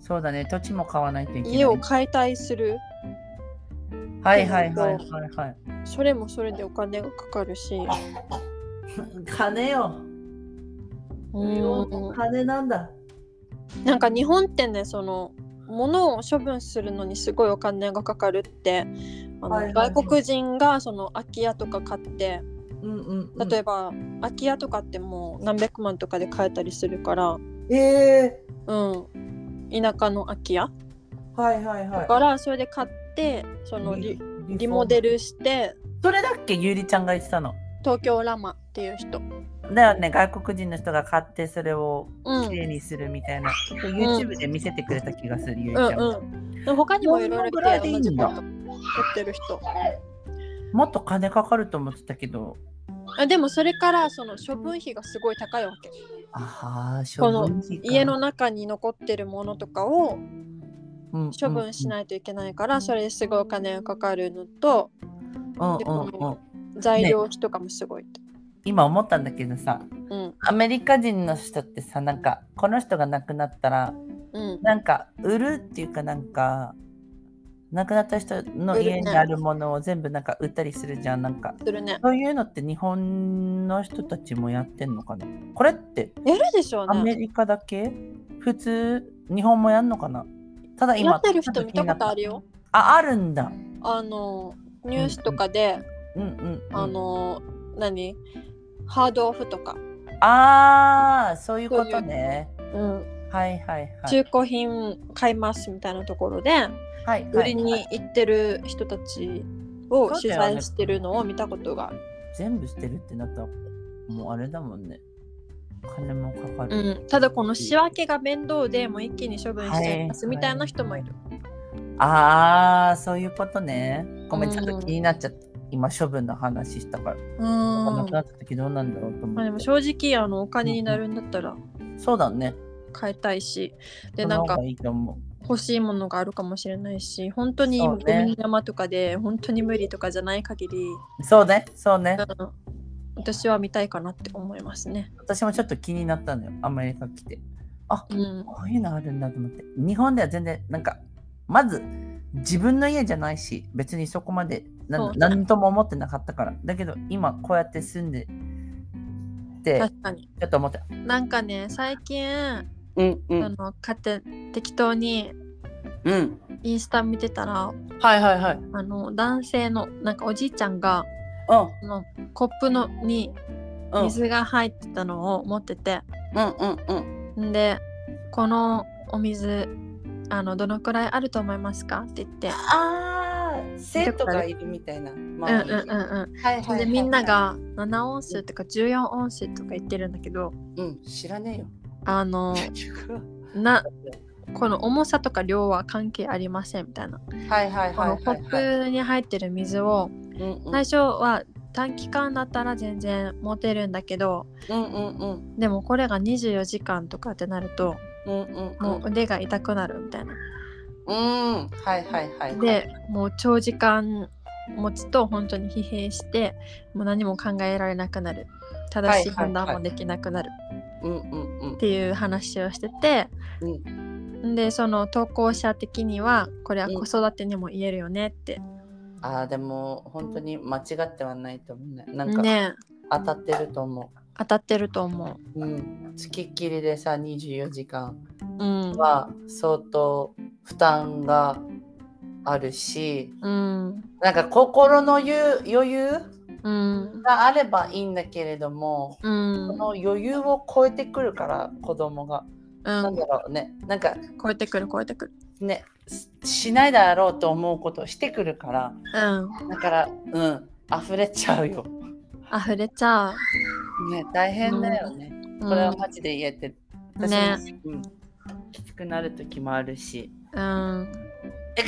B: そうだね。土地も買わないといけない。
A: 家を解体する
B: はいはいはいはいはい。
A: それもそれでお金がかかるし
B: 金よ。
A: うん
B: 金なんだ。
A: なんか日本ってねその物を処分するのにすごいお金がかかるってあの、
B: はいはいはい
A: 外国人がその空き家とか買って
B: うんうん、
A: 例えば、空き家とかってもう何百万とかで買えたりするから、
B: ええ
A: うん、田舎の空き家
B: はいはいは
A: だからそれで買ってそのリリモデ
B: ル。
A: ルして
B: それだっけゆりちゃんが言ってたの。
A: 東京ラマっていう人。
B: だよね、外国人の人が買ってそれを
A: うん
B: 綺麗にするみたいな、YouTube で見せてくれた気がする、ゆり
A: うん
B: ちゃんが、
A: うん。でも他にもいろいろ
B: こんなぐら
A: 来
B: い
A: て同
B: でいいん
A: じこ
B: だ
A: とやってる人。
B: もっと金かかると思ってたけど
A: あでもそれからその処分費がすごい高いわけ。
B: ああ処
A: この
B: 分費か
A: 家の中に残ってるものとかを処分し
B: い、
A: ないといけないから、それですごいお金がかかるのと
B: うんうんうん、
A: 材料費とかもすごいって。
B: 今思ったんだけどさ
A: うん
B: アメリカ人の人ってさなんかこの人が亡くなったら
A: うん
B: なんか売るっていうかなんか亡くなった人の
A: 売るね
B: 家にあるものを全部なんか売ったりするじゃんなんか
A: するね。
B: そういうのって日本の人たちもやってんのかなこれって
A: やるでしょ
B: ア
A: う
B: メ
A: ね。
B: リカだけ普通日本もやんのかなただ今
A: やってる人見たことあるよ。
B: ああるんだ
A: あのニュースとかで、
B: うんうん、うん、
A: あの何ハードオフとか、
B: ああそういうことね
A: うん、
B: はいはいはい
A: 中古品買いますみたいなところで、
B: はいはい
A: 売りに行ってる人たちを取材してるのを見たことがある、
B: 全部してるってなったらもうあれだもんね金もかかる、
A: うん、ただこの仕分けが面倒でもう一気に処分しちゃいますみたいな人もいる、
B: ああそういうことねごめん
A: うん
B: ちょっと気になっちゃった、今処分の話したから、なくなった時どうなんだろうと
A: まあ、でも
B: 思って、
A: 正直あのお金になるんだったら
B: そうだね
A: 買いたいしで
B: そ
A: な
B: の
A: ん
B: 方
A: か
B: がいいと思う
A: 欲しいものがあるかもしれないし本当に今
B: そう
A: ゴ
B: ね
A: ミ山とかで本当に無理とかじゃない限り、
B: そうねそうね
A: うん私は見たいかなって思いますね。
B: 私もちょっと気になったのよアメリカ来て
A: うん、
B: こういうのあるんだと思って日本では全然なんかまず自分の家じゃないし別にそこまで
A: そう
B: 何
A: ね
B: 何とも思ってなかったからだけど今こうやって住んでって
A: 確かに。
B: ちょっと思った
A: なんかね最近、
B: うんう
A: あの買って適当に
B: うん
A: インスタ見てたら
B: はいはいはい。
A: あの男性のなんかおじいちゃんが
B: う
A: あのコップのに
B: ん。うん。
A: 水が入ってたのを持ってて、
B: うんうんうん。
A: ん、でこのお水あのどのくらいあると思いますかって言って、
B: ああ、生徒がいるみたいな。うん
A: うんうんうんうん
B: はいはい。
A: でみんな。が7音数とか14音数とか言ってるんだけど
B: うん、知らねえよ。
A: あのなこの重さとか量は関係ありませんみたいな
B: はいはい
A: こ
B: はい
A: のコ
B: はいはい。
A: ップに入ってる水を
B: うんうん
A: 最初は短期間だったら全然持てるんだけど
B: うんうんうん
A: でもこれが24時間とかってなると
B: うんうんうん。
A: もう腕が痛くなるみたいな
B: うん、はいはいはい。
A: で、もう長時間持つと本当に疲弊してもう何も考えられなくなる正しい
B: はいは
A: 判
B: いはい
A: 断もできなくなる
B: うんうんうん
A: っていう話をしてて、
B: うん
A: でその投稿者的にはこれは子育てにも言えるよねって、
B: ああ、でも本当に間違ってはないと思うね。なんか
A: ね
B: 当たってると思
A: 当たってると思
B: う。うん。付きっきりでさ、24時間
A: う。うん、
B: は相当負担があるし、
A: うん
B: なんか心の余裕余裕
A: うん
B: があればいいんだけれども、
A: うん
B: その余裕を超えてくるから子供が。
A: う
B: なん
A: ん
B: だろうね。なんか
A: 超えてくる超えてくる。
B: ね、ししないだろうと思うことをしてくるから。
A: うん
B: だから、うん、溢れちゃうよ。
A: 溢れちゃう。
B: ね、大変だよね。
A: うん
B: これはマジで言えて。
A: うん
B: 私もうん、きつくなる時もあるし。
A: うん、
B: なんか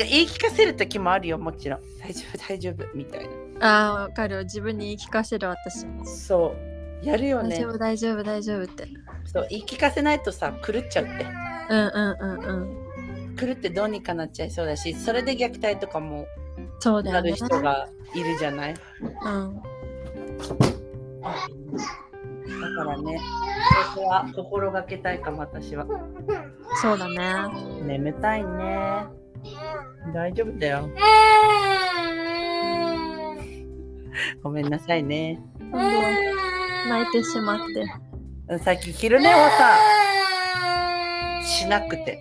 B: 言い聞かせる時もあるよ、もちろん。大丈夫、大丈夫、みたいな。
A: あーわかる自分に言い聞かせる私も。
B: そう。やるよ
A: 大
B: ね
A: 丈。夫大丈夫大丈夫って。
B: そう言い聞かせないとさ、狂っちゃうって。
A: うんうんうん
B: 狂ってどうにかなっちゃいそうだし、それで虐待とかも
A: うん。そうだ
B: な
A: よね
B: る。人がいるじゃない。
A: うん、
B: あだからね、そこは心がけたいかも、私は。
A: そうだね。
B: 眠たいね。大丈夫だよ。ごめんなさいね。
A: 泣いてしまって。
B: うんさっき昼寝をさ、しなくて。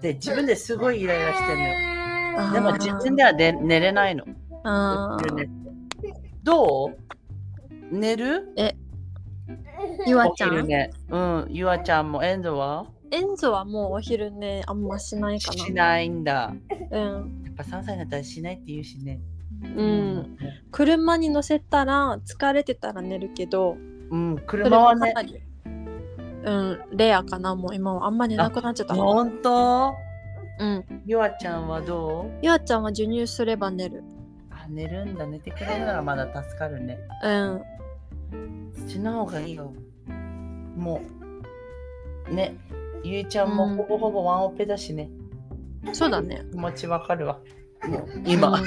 B: で、自分ですごいイライラしてんのよ。
A: あー
B: でも自分ではで寝れないの。
A: あ
B: 昼
A: ー
B: 寝ってどう寝る
A: ゆわちゃ
B: お昼
A: ん、
B: 寝。うん、ゆあちゃんもエンドは
A: エンゾはもうお昼寝あんましないか
B: しないんだ。
A: な。うん。
B: やっぱ3歳になったらしないって言うしね。
A: うん。車に乗せたら疲れてたら寝るけど、
B: うん、
A: それも
B: 車は
A: か
B: ね
A: な。り、うん、レアかな。もう今はあんま寝なくなっちゃった。
B: 本当
A: うん。
B: ゆあちゃんはどう
A: ゆわちゃんは授乳すれば寝る。
B: あ、寝るんだ。寝てくれるならまだ助かるね。
A: うん。
B: 土の方がいいよ。もう。ね。ゆいちゃんも
A: うん
B: ほぼほぼワンオペだしね。
A: そうだね。
B: 気持ちわかるわ。もう今、
A: うん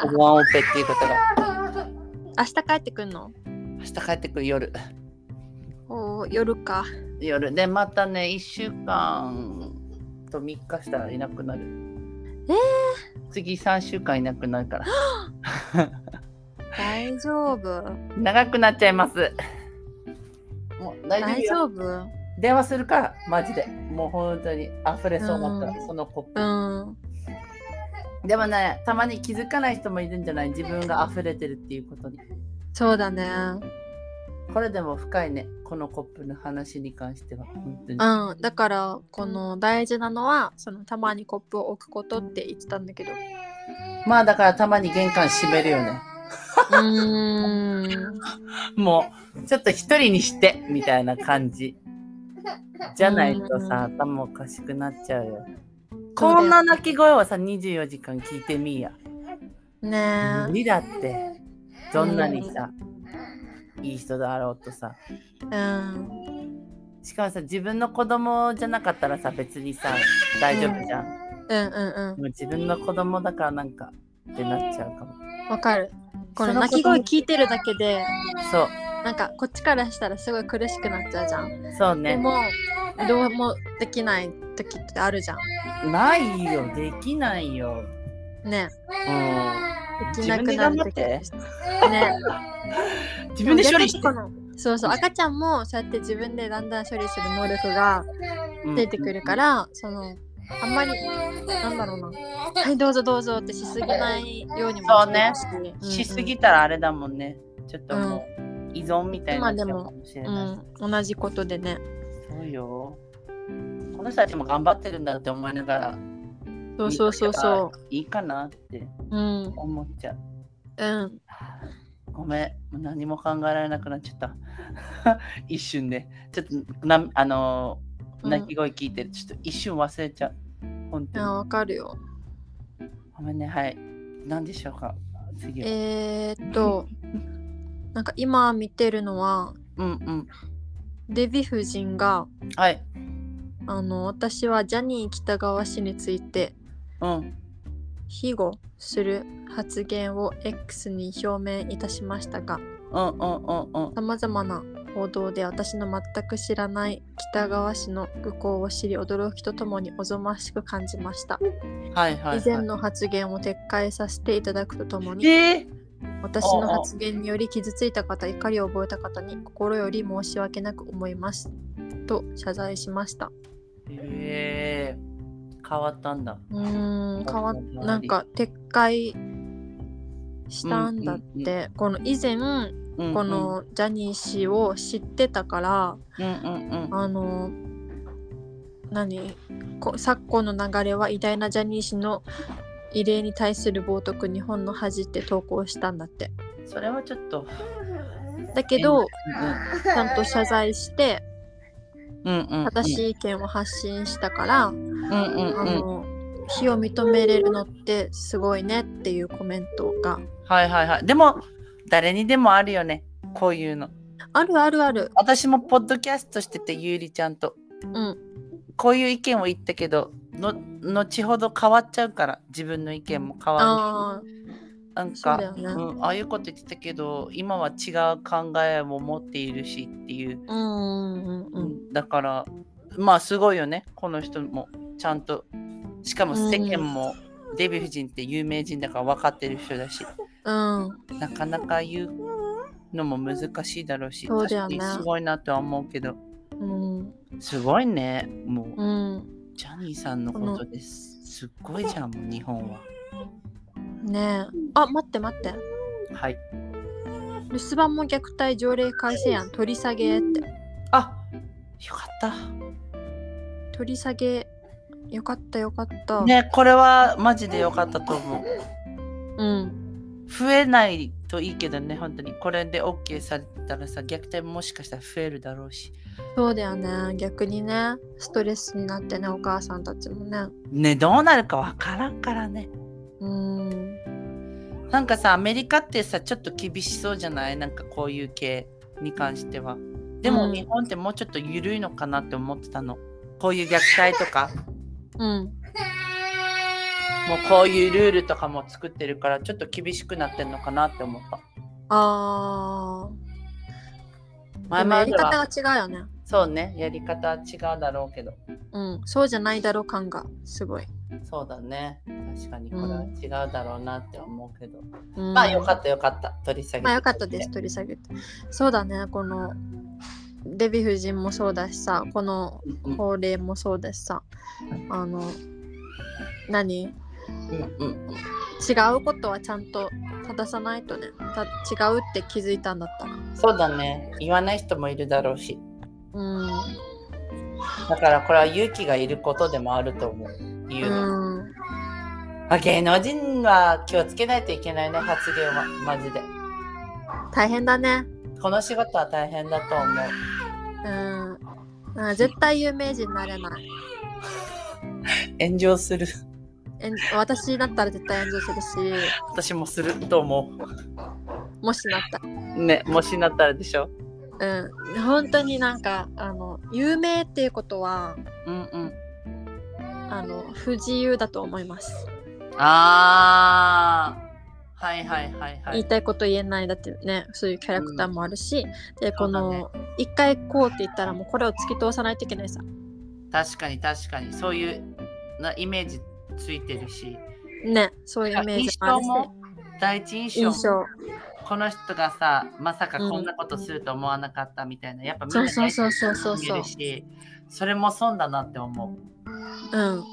B: ほぼほぼワンオペっていうことが。
A: 明日帰ってくんの
B: 明日帰ってくる夜。
A: おー夜か。
B: 夜で、またね、1週間と3日したらいなくなる。
A: え
B: 次3週間いなくなるから。
A: 大丈夫。
B: 長くなっちゃいます。もう大丈夫
A: 大
B: よ
A: 丈夫
B: 電話するから、マジで。もう本当に溢れそうだったら、そのコップ。
A: うん。
B: でもね、たまに気づかない人もいるんじゃない自分が溢れてるっていうことに。
A: そうだね。
B: これでも深いね、このコップの話に関しては。本当に。
A: うん。だから、この大事なのは、そのたまにコップを置くことって言ってたんだけ ど。う
B: まあだからたまに玄関閉めるよね。
A: ーん。
B: もう、ちょっと一人にして、みたいな感じ。じゃないとさ、頭おかしくなっちゃうよ。こんな鳴き声をさ、24時間聞いてみいや。
A: ね
B: 無理だって。どんなにさ、いい人だろうとさ。
A: え。うん。
B: しかもさ自分の子供じゃなかったらさ別にさ大丈夫じゃん、
A: うんうん
B: もう自分の子供だからなんかってなっちゃうかも
A: うん。わかる。この
B: その
A: 鳴き声聞いてるだけで、
B: そう
A: なんかこっちからしたらすごい苦しくなっちゃうじゃん。
B: そう
A: で
B: ね
A: も、どうもできない時ってあるじゃん。
B: ないよできないよ
A: ねえ。できな
B: 自分
A: く
B: で
A: な
B: 頑
A: る
B: 張っ
A: 時
B: て
A: ねえ。
B: 自分で処理して
A: 逆にこのそうそう赤ちゃんもそうやって自分でだんだん処理する能力が
B: うん
A: 出てくるから、そのあんまりなんだろうなはいどうぞどうぞってしすぎないようにも
B: そうね
A: してほしいうんうん
B: しすぎたらあれだもんね。ちょっともう依存みたいな
A: まあでも
B: かもしれ
A: う
B: ない。
A: ん同じことでね
B: そうよ。この人たちも頑張ってるんだって思いながら、
A: そうそうそうそ
B: いいかなって
A: ううん
B: 思っちゃう。
A: うん
B: ごめん、もう何も考えられなくなっちゃった。 一瞬で。ちょっとな、あのー、
A: うん
B: 泣き声聞いてる。ちょっと一瞬忘れちゃう。本
A: い
B: 当
A: や
B: に。
A: わかるよ
B: ごめんね、はい。何でしょうか次は。
A: えー、っとなんか今見てるのは
B: うんうん。
A: デヴィ夫人が
B: はい。
A: あの私はジャニー喜多川氏について
B: うん。
A: 非語する発言を X に表明いたしましたが
B: うんうんうんうん。
A: さまざまな報道で私の全く知らない北川氏の愚行を知り驚きとともにおぞましく感じました、
B: はいはい、はい。
A: 以前の発言を撤回させていただくとともに
B: え
A: 私の発言により傷ついた方怒りを覚えた方に心より申し訳なく思いますと謝罪しました
B: ー、えー、変わったんだ。
A: うーん変わっ
B: 変わり
A: なんか撤回したんだって、
B: うんうん
A: この以前
B: うんうん
A: こ、のジャニー氏を知ってたから、
B: うんうんうん。
A: あの何こ昨今の流れは偉大なジャニー氏の異例に対する冒涜日本の恥って投稿したんだって
B: それはちょっと。
A: だけど
B: う
A: ちゃんと謝罪して
B: んうん、うんうん。
A: 正しい意見を発信したから、
B: うんうん
A: あ
B: うん。
A: の非を認めれるのってすごいねっていうコメントが
B: はいはいはい。でも、誰にでもあるよね。こういうの。
A: あるあるある
B: 私もポッドキャストしてて、ゆうりちゃんと。
A: うん
B: こういう意見を言ったけど、の後ほど変わっちゃうから、自分の意見も変わ
A: ああ
B: るし。なん
A: そうだ
B: か
A: よね
B: うん、ああいうこと言ってたけど、今は違う考えも持っているしっていう。
A: うんうんうんうん
B: だからまあすごいよねこの人もちゃんとしかも世間もデヴィ夫人って有名人だから分かってる人だし
A: うん
B: なかなか言うのも難しいだろうし
A: そうだよね
B: 確かにすごいなとは思うけど
A: うん
B: すごいねもう
A: うん
B: ジャニーさんのことですすっごいじゃんもう日本は
A: ねえあ待って待って
B: はい
A: 留守番も虐待条例改正案取り下げって
B: あよかっ
A: 取り下げよかったよかった、
B: たねこれはマジでよかったと思う
A: うん
B: 増えないといいけどね本当にこれで OK されたらさ虐待ももしかしたら増えるだろうし
A: そうだよね逆にねストレスになってねお母さんたちもね
B: ねどうなるかわからんからね
A: うん
B: なんかさアメリカってさちょっと厳しそうじゃないなんかこういう系に関してはで
A: う
B: も
A: ん
B: 日本ってもうちょっと緩いのかなって思ってたのこういう虐待とか
A: うん
B: もうこういうルールとかも作ってるからちょっと厳しくなってんのかなって思った
A: あーでも
B: 前
A: や
B: ま
A: り
B: で
A: 方
B: は
A: が違うよね
B: そうねやり方は違うだろうけど
A: うんそうじゃないだろう感がすごい、
B: そうだね確かにこれは違うだろうなって思うけど、
A: うん、
B: まあよかったよかった取り下げて
A: まあよかったです取り下げてそうだねこのデヴィ夫人もそうだしさこの
B: うん
A: 法令もそうだしさあの何違
B: うんうん
A: うことはちゃんと正さないとねた違うって気づいたんだったら
B: そうだね言わない人もいるだろうし
A: うん
B: だからこれは勇気がいることでもあると思う言うの、
A: うん
B: まあ芸能人は気をつけないといけないね発言はマジで
A: 大変だね
B: この仕事は大変だと思う
A: うんあ絶対有名人になれない
B: 炎上する
A: えん私だったら絶対炎上するし
B: 私もすると思
A: もしなった
B: うねもしなったらでしょ
A: らうん本当になんかあの有名っていうことは
B: うんうん
A: あの不自由だと思います、
B: あーはいはいはいは
A: 言いたいこと言えないだってねそういうキャラクターもあるし、でこ
B: そうだね
A: の一回こうって言ったらもうこれを突き通さないといけないさ
B: 確かに確かにそういうなイメージついてるし
A: ねそういうイメージ
B: 印
A: もあ
B: 象
A: るし
B: も第一印象
A: 印象
B: この人がさまさかこんなことすると思わなかったみたいなやっぱみん
A: そ
B: な
A: うそうそううそうそう
B: 見
A: そう
B: るしそれも損だなって思う
A: うん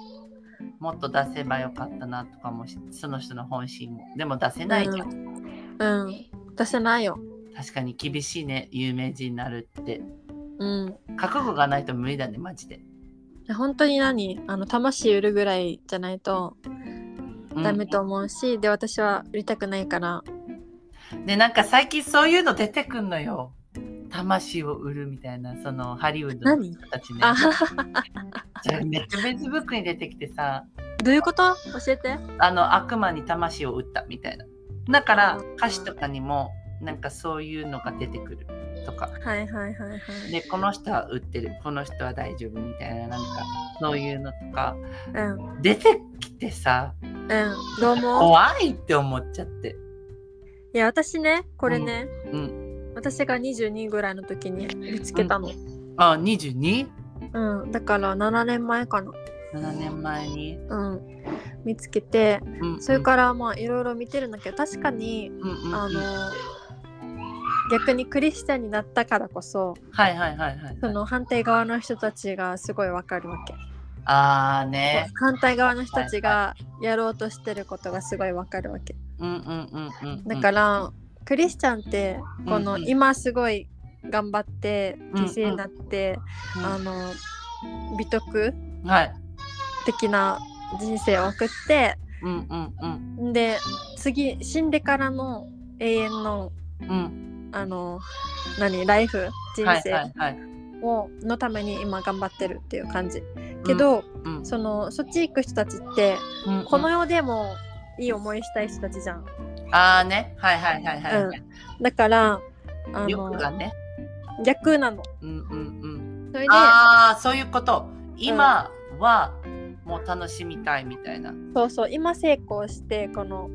B: もっと出せばよかったなとかもしその人の本心もでも出せないじゃん、
A: うん出せないよ
B: 確かに厳しいね有名人になるって
A: うん
B: 覚悟がないと無理だねマジで、
A: 本当に何あの魂売るぐらいじゃないと
B: うん
A: ダメと思うし、で私は売りたくないから
B: でなんか最近そういうの出てくんのよ魂を売るみたいなそのハリウッドの
A: 何
B: 人たちね
A: あ
B: それめっちゃフェイスブックに出てきてさ
A: どういうこと教えて
B: あの悪魔に魂を売ったみたいなだから歌詞とかにもなんかそういうのが出てくるとか
A: はいはいはいはい
B: でこの人は売ってるこの人は大丈夫みたいななんかそういうのとか
A: うん
B: 出てきてさ
A: うんどうも
B: 怖いって思っちゃって
A: いや私ねこれね、
B: う
A: 私が22ぐらいの時に見つけたの
B: あ 22?7
A: うん、だから7年前かな
B: 年前に、
A: うん見つけて
B: うん
A: それからまあいろいろ見てるんだけど確かに
B: うんうんうん
A: あの逆にクリスチャンになったからこそ
B: はいはいはいはい
A: その反対側の人たちがすごいわかるわけ
B: ああね
A: 反対側の人たちがやろうとしてることがすごいわかるわけ
B: うんうんうんうんうん
A: だから、クリスチャンってこの、
B: うんうん
A: 今すごい頑張って
B: うん
A: 犠牲になって、
B: うん
A: あの美徳
B: はい
A: 的な人生を送って
B: うんうんうん
A: で次死んでからの永遠の
B: うん
A: あの何ライフ人
B: はい
A: 生を、
B: はいはい
A: のために今頑張ってるっていう感じけど、
B: うん
A: そのそっち行く人たちって
B: うんうん
A: この世でもいい思いしたい人たちじゃん。
B: ああねはいはいはいはいはい、
A: だからあ
B: 欲
A: の
B: がね
A: 逆なの。
B: うんうんうん
A: それで
B: ああそういうこと今はもう楽しみたいみたいな
A: そうそう今成功してこの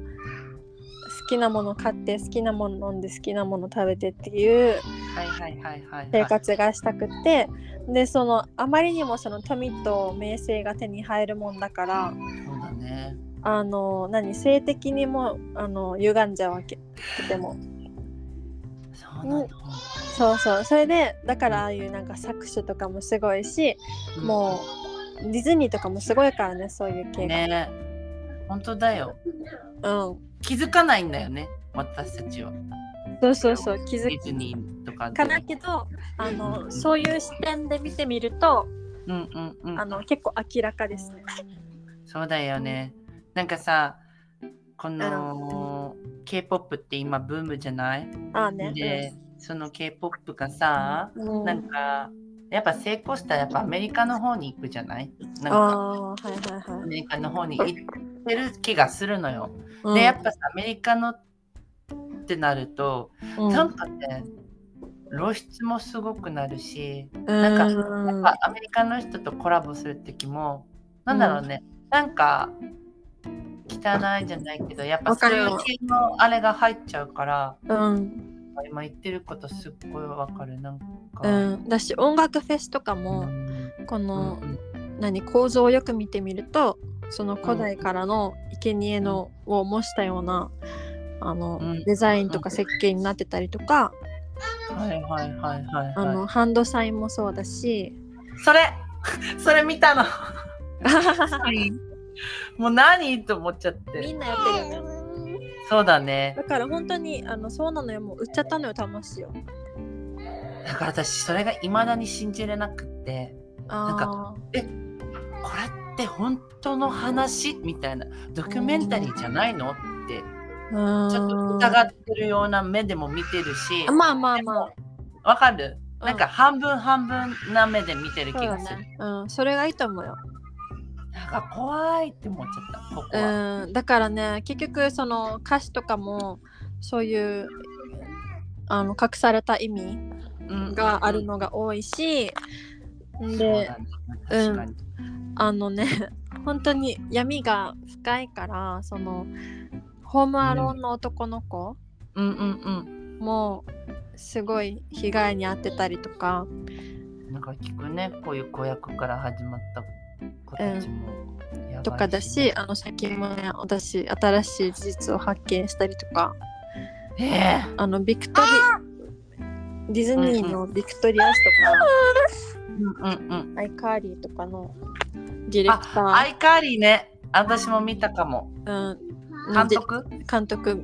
A: 好きなもの買って好きなもの飲んで好きなもの食べてっていう
B: はいはいはいはい
A: 生
B: はい
A: 活がしたくて、でそのあまりにもその富と名声が手に入るもんだから
B: そうだね
A: あの何性的にもあの歪んじゃうわけとても
B: そうなんだ、
A: そうそうそれでだからああいうなんか搾取とかもすごいし、
B: うん
A: もうディズニーとかもすごいからねそういう系が、
B: ね本当だよ
A: うん
B: 気づかないんだよね私たちは
A: そうそうそう気
B: デ
A: づ
B: ィズニーとかで
A: かなけどあ
B: う
A: の
B: ん
A: そういう視点で見てみると
B: うんうんうん
A: あの結構明らかですね。
B: そうだよね。なんかさ、この K-POP って今ブームじゃない
A: ああね。
B: で、その K-POP がさ、
A: うん、
B: なんか、やっぱ成功したらやっぱアメリカの方に行くじゃないなん
A: あ
B: か、
A: あはいはい
B: ア
A: はい。
B: メリカの方に行ってる気がするのよ。
A: うん
B: で、やっぱさ、アメリカのってなると、
A: うん
B: なんかね、露出もすごくなるし、
A: うん
B: なん
A: う
B: やっ
A: ん
B: ぱアメリカの人とコラボする時もなんだろうね、なんか汚いじゃないけどやっぱ
A: わ
B: そ
A: か
B: う
A: る
B: い
A: よ
B: う系のあれが入っちゃうから
A: うん
B: 今言ってることすっごいわかるなんか、
A: うんだし音楽フェスとか
B: うんう
A: も
B: ん
A: こ
B: う
A: の、
B: ん
A: 何構造をよく見てみるとその古代からの生贄のを模したようなあの、
B: うん
A: デザインとか設計になってたりとか、
B: はいはいはいはい
A: あ
B: は
A: のハンドサインもそうだし。
B: いそれ それ見たのもう何と思っちゃっ
A: み
B: て
A: んなやってるよね。
B: そうだね
A: だから本当にあのそうなのよもう売っちゃったのよ魂を。
B: だから私それがいまだに信じれなくって。
A: あ
B: んかこれって本当の話みたいなドキュメンタリーじゃないのって
A: あ
B: ちょっと疑ってるような目でも見てるし
A: まあまあま
B: わかる
A: あ。
B: なんか半分半分な目で見てる
A: うん
B: 気
A: そうだ
B: がする、
A: ね。うんそれがいいと思うよ。
B: なんか怖いって思っちゃったここは、
A: うんだからね結局その歌詞とかもそういうあの隠された意味
B: うん
A: があるのが多いし、
B: うんそう
A: で
B: だね
A: うん
B: 確かに
A: あのね 本当に闇が深いからそのホームアローンの男の子
B: うんうん
A: もすごい被害に遭ってたりとか。
B: うんなんか聞くねこういう子役から始まった子たちも、やばい
A: とかだし、あの最近もね私新しい事実を発見したりとか
B: ええ
A: あのビクトリディズニーのビクトリアスとか、
B: うんうんうん。
A: アイカーリーとかのディレクタ
B: ア
A: ー
B: イカーリーね。私も見たかも。
A: うんの
B: 監
A: で
B: 督
A: 監督の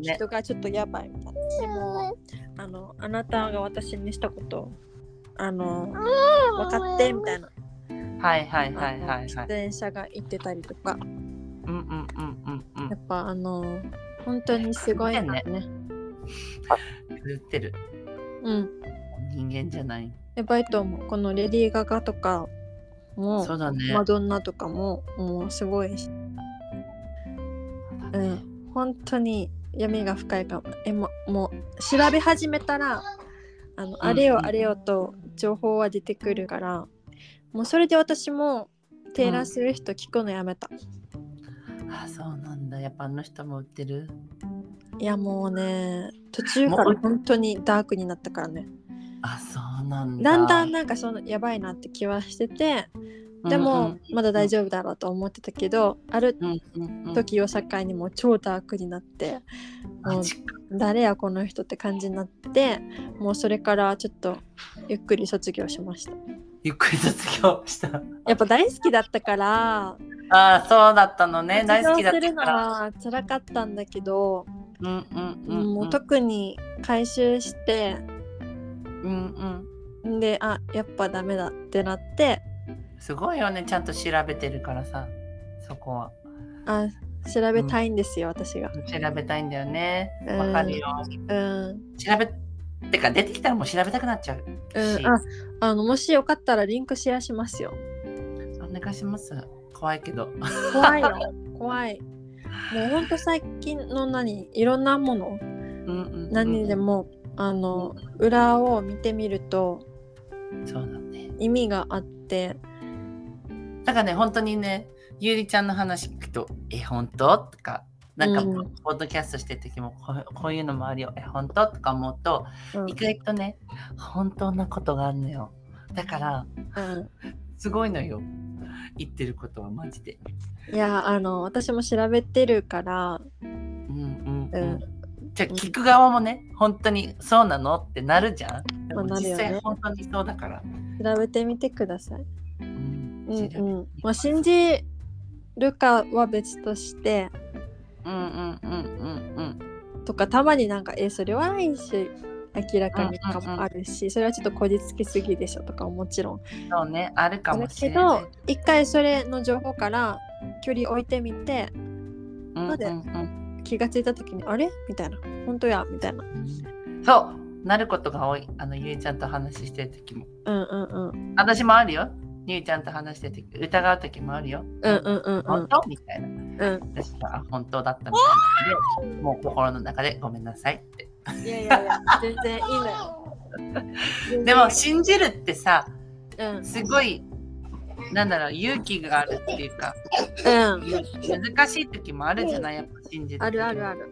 B: ね。
A: 人がちょっとやばいみたいな。でもあのあなたが私にしたことあの分かってみたいな、
B: はいはいはいはい
A: あ
B: は
A: の
B: い
A: 出。演者が言ってたりとか
B: うんうんうんうんうん
A: や。っぱあの本当にすごいんだね。
B: 狂ってる。
A: うん
B: 人間じゃない。
A: やばいと思うこのレディー・ガガとかも
B: そうだね。
A: マドンナとかももうすごいし、うん、本当に闇が深いかもえももう調べ始めたらあのあれよあれよと情報は出てくるからもうそれで私もテイラー・スウィフト聞くのやめた、
B: あ、そうなんだ。やっぱあの人も売ってる。
A: いやもうね途中か
B: もう
A: ら本当にダークになったからね
B: あ、そうなんだ。
A: だんだんなんかそのやばいなって気はしててで
B: う
A: も
B: ん
A: まだ大丈夫だろうと思ってたけどある
B: うんうんうん。
A: 時を境にもう超ダークになっても
B: マ
A: う
B: ジか
A: 誰やこの人って感じになってもうそれからちょっとゆっくり卒業しました
B: ゆっくり卒業した。
A: やっぱ大好きだったから
B: あー、そうだったのね。大好きだっ
A: 卒業す
B: た
A: るの
B: から。
A: は辛かったんだけど、
B: うんうんうんうん。
A: もう特に回収して
B: うんうん。
A: んであやっぱダメだってなって
B: すごいよね。ちゃんと調べてるからさ。そこは。
A: あ調べたいんですよ、私が
B: 調べたいんだよね。
A: うん
B: わかるよ。
A: うん
B: 調べてか出てきたらもう調べたくなっちゃう
A: うん
B: し、
A: ああのもしよかったらリンクシェアしますよ
B: お願いします怖いけど
A: 怖いよ怖いもうほんと最近の何いろんなもの
B: うんうんうん
A: 何でも、あの裏を見てみると
B: そうだね
A: 意味があって
B: だからね本当にねゆりちゃんの話聞くと「え本当?」とかなんか、
A: うん
B: ポッドキャストしてる時もこうこういうのもあるよ「え本当?」とか思うと
A: うん
B: 意外とね本当なことがあるのよだからすごいのよ言ってることはマジで
A: うんいやあの私も調べてるから
B: うんうん、
A: う
B: うんんじゃあ聞く側もね本当にそうなのってなるじゃんでも
A: まあなるよ
B: 実
A: ね
B: 際本当にそうだから
A: 調べてみてください。
B: うん
A: うんうんまあ、信じるかは別として
B: うんうんうんうんうん
A: とかたまになんかえそれはないし明らかにかもあるし、それはちょっとこじつけすぎでしょとかももちろん
B: そうねあるか
A: あ
B: も
A: る
B: し
A: け
B: れない
A: ど一回それの情報から距離置いてみて
B: うんうん
A: どうだよ
B: うん
A: 気がついた時にあれみたいな本当やみたいな
B: そうなることが多いあのゆいちゃんと話してる時も
A: うんうんうん
B: 私もあるよゆいちゃんと話してる時疑う時もあるよ、
A: うんうんうんうん
B: 本当みたいな
A: うん
B: 私があ本当だったみたいなのでもう心の中でごめんなさいって
A: いやいやいや、全然いいのよ。
B: でも信じるってさ
A: うん、うん、
B: すごいなんだろう勇気があるっていうか難しい時もあるじゃないやっぱ信じる時も
A: あるあるある。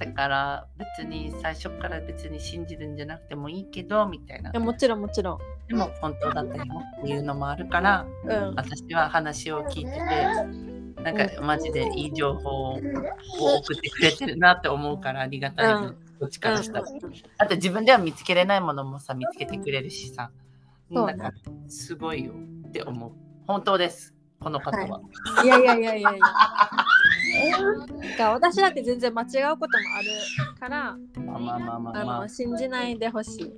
B: だから別に最初から別に信じるんじゃなくてもいいけどみたいな
A: うん、もちろんもちろん。
B: でも本当だったりもっていうのもあるから
A: うん、
B: 私は話を聞いててなんかマジでいい情報 を送ってくれてるなって思うからありがたいな、
A: うん
B: こっちからしたら、あと自分では見つけれないものもさ見つけてくれるしさ
A: そう
B: な
A: ね
B: んかすごいよって思う本当ですこの方は、
A: はいいやいやいやいやいや。なんか私だって全然間違うこともあるから、
B: まあまあまあまあ
A: あ
B: ま
A: の信じないでほしい。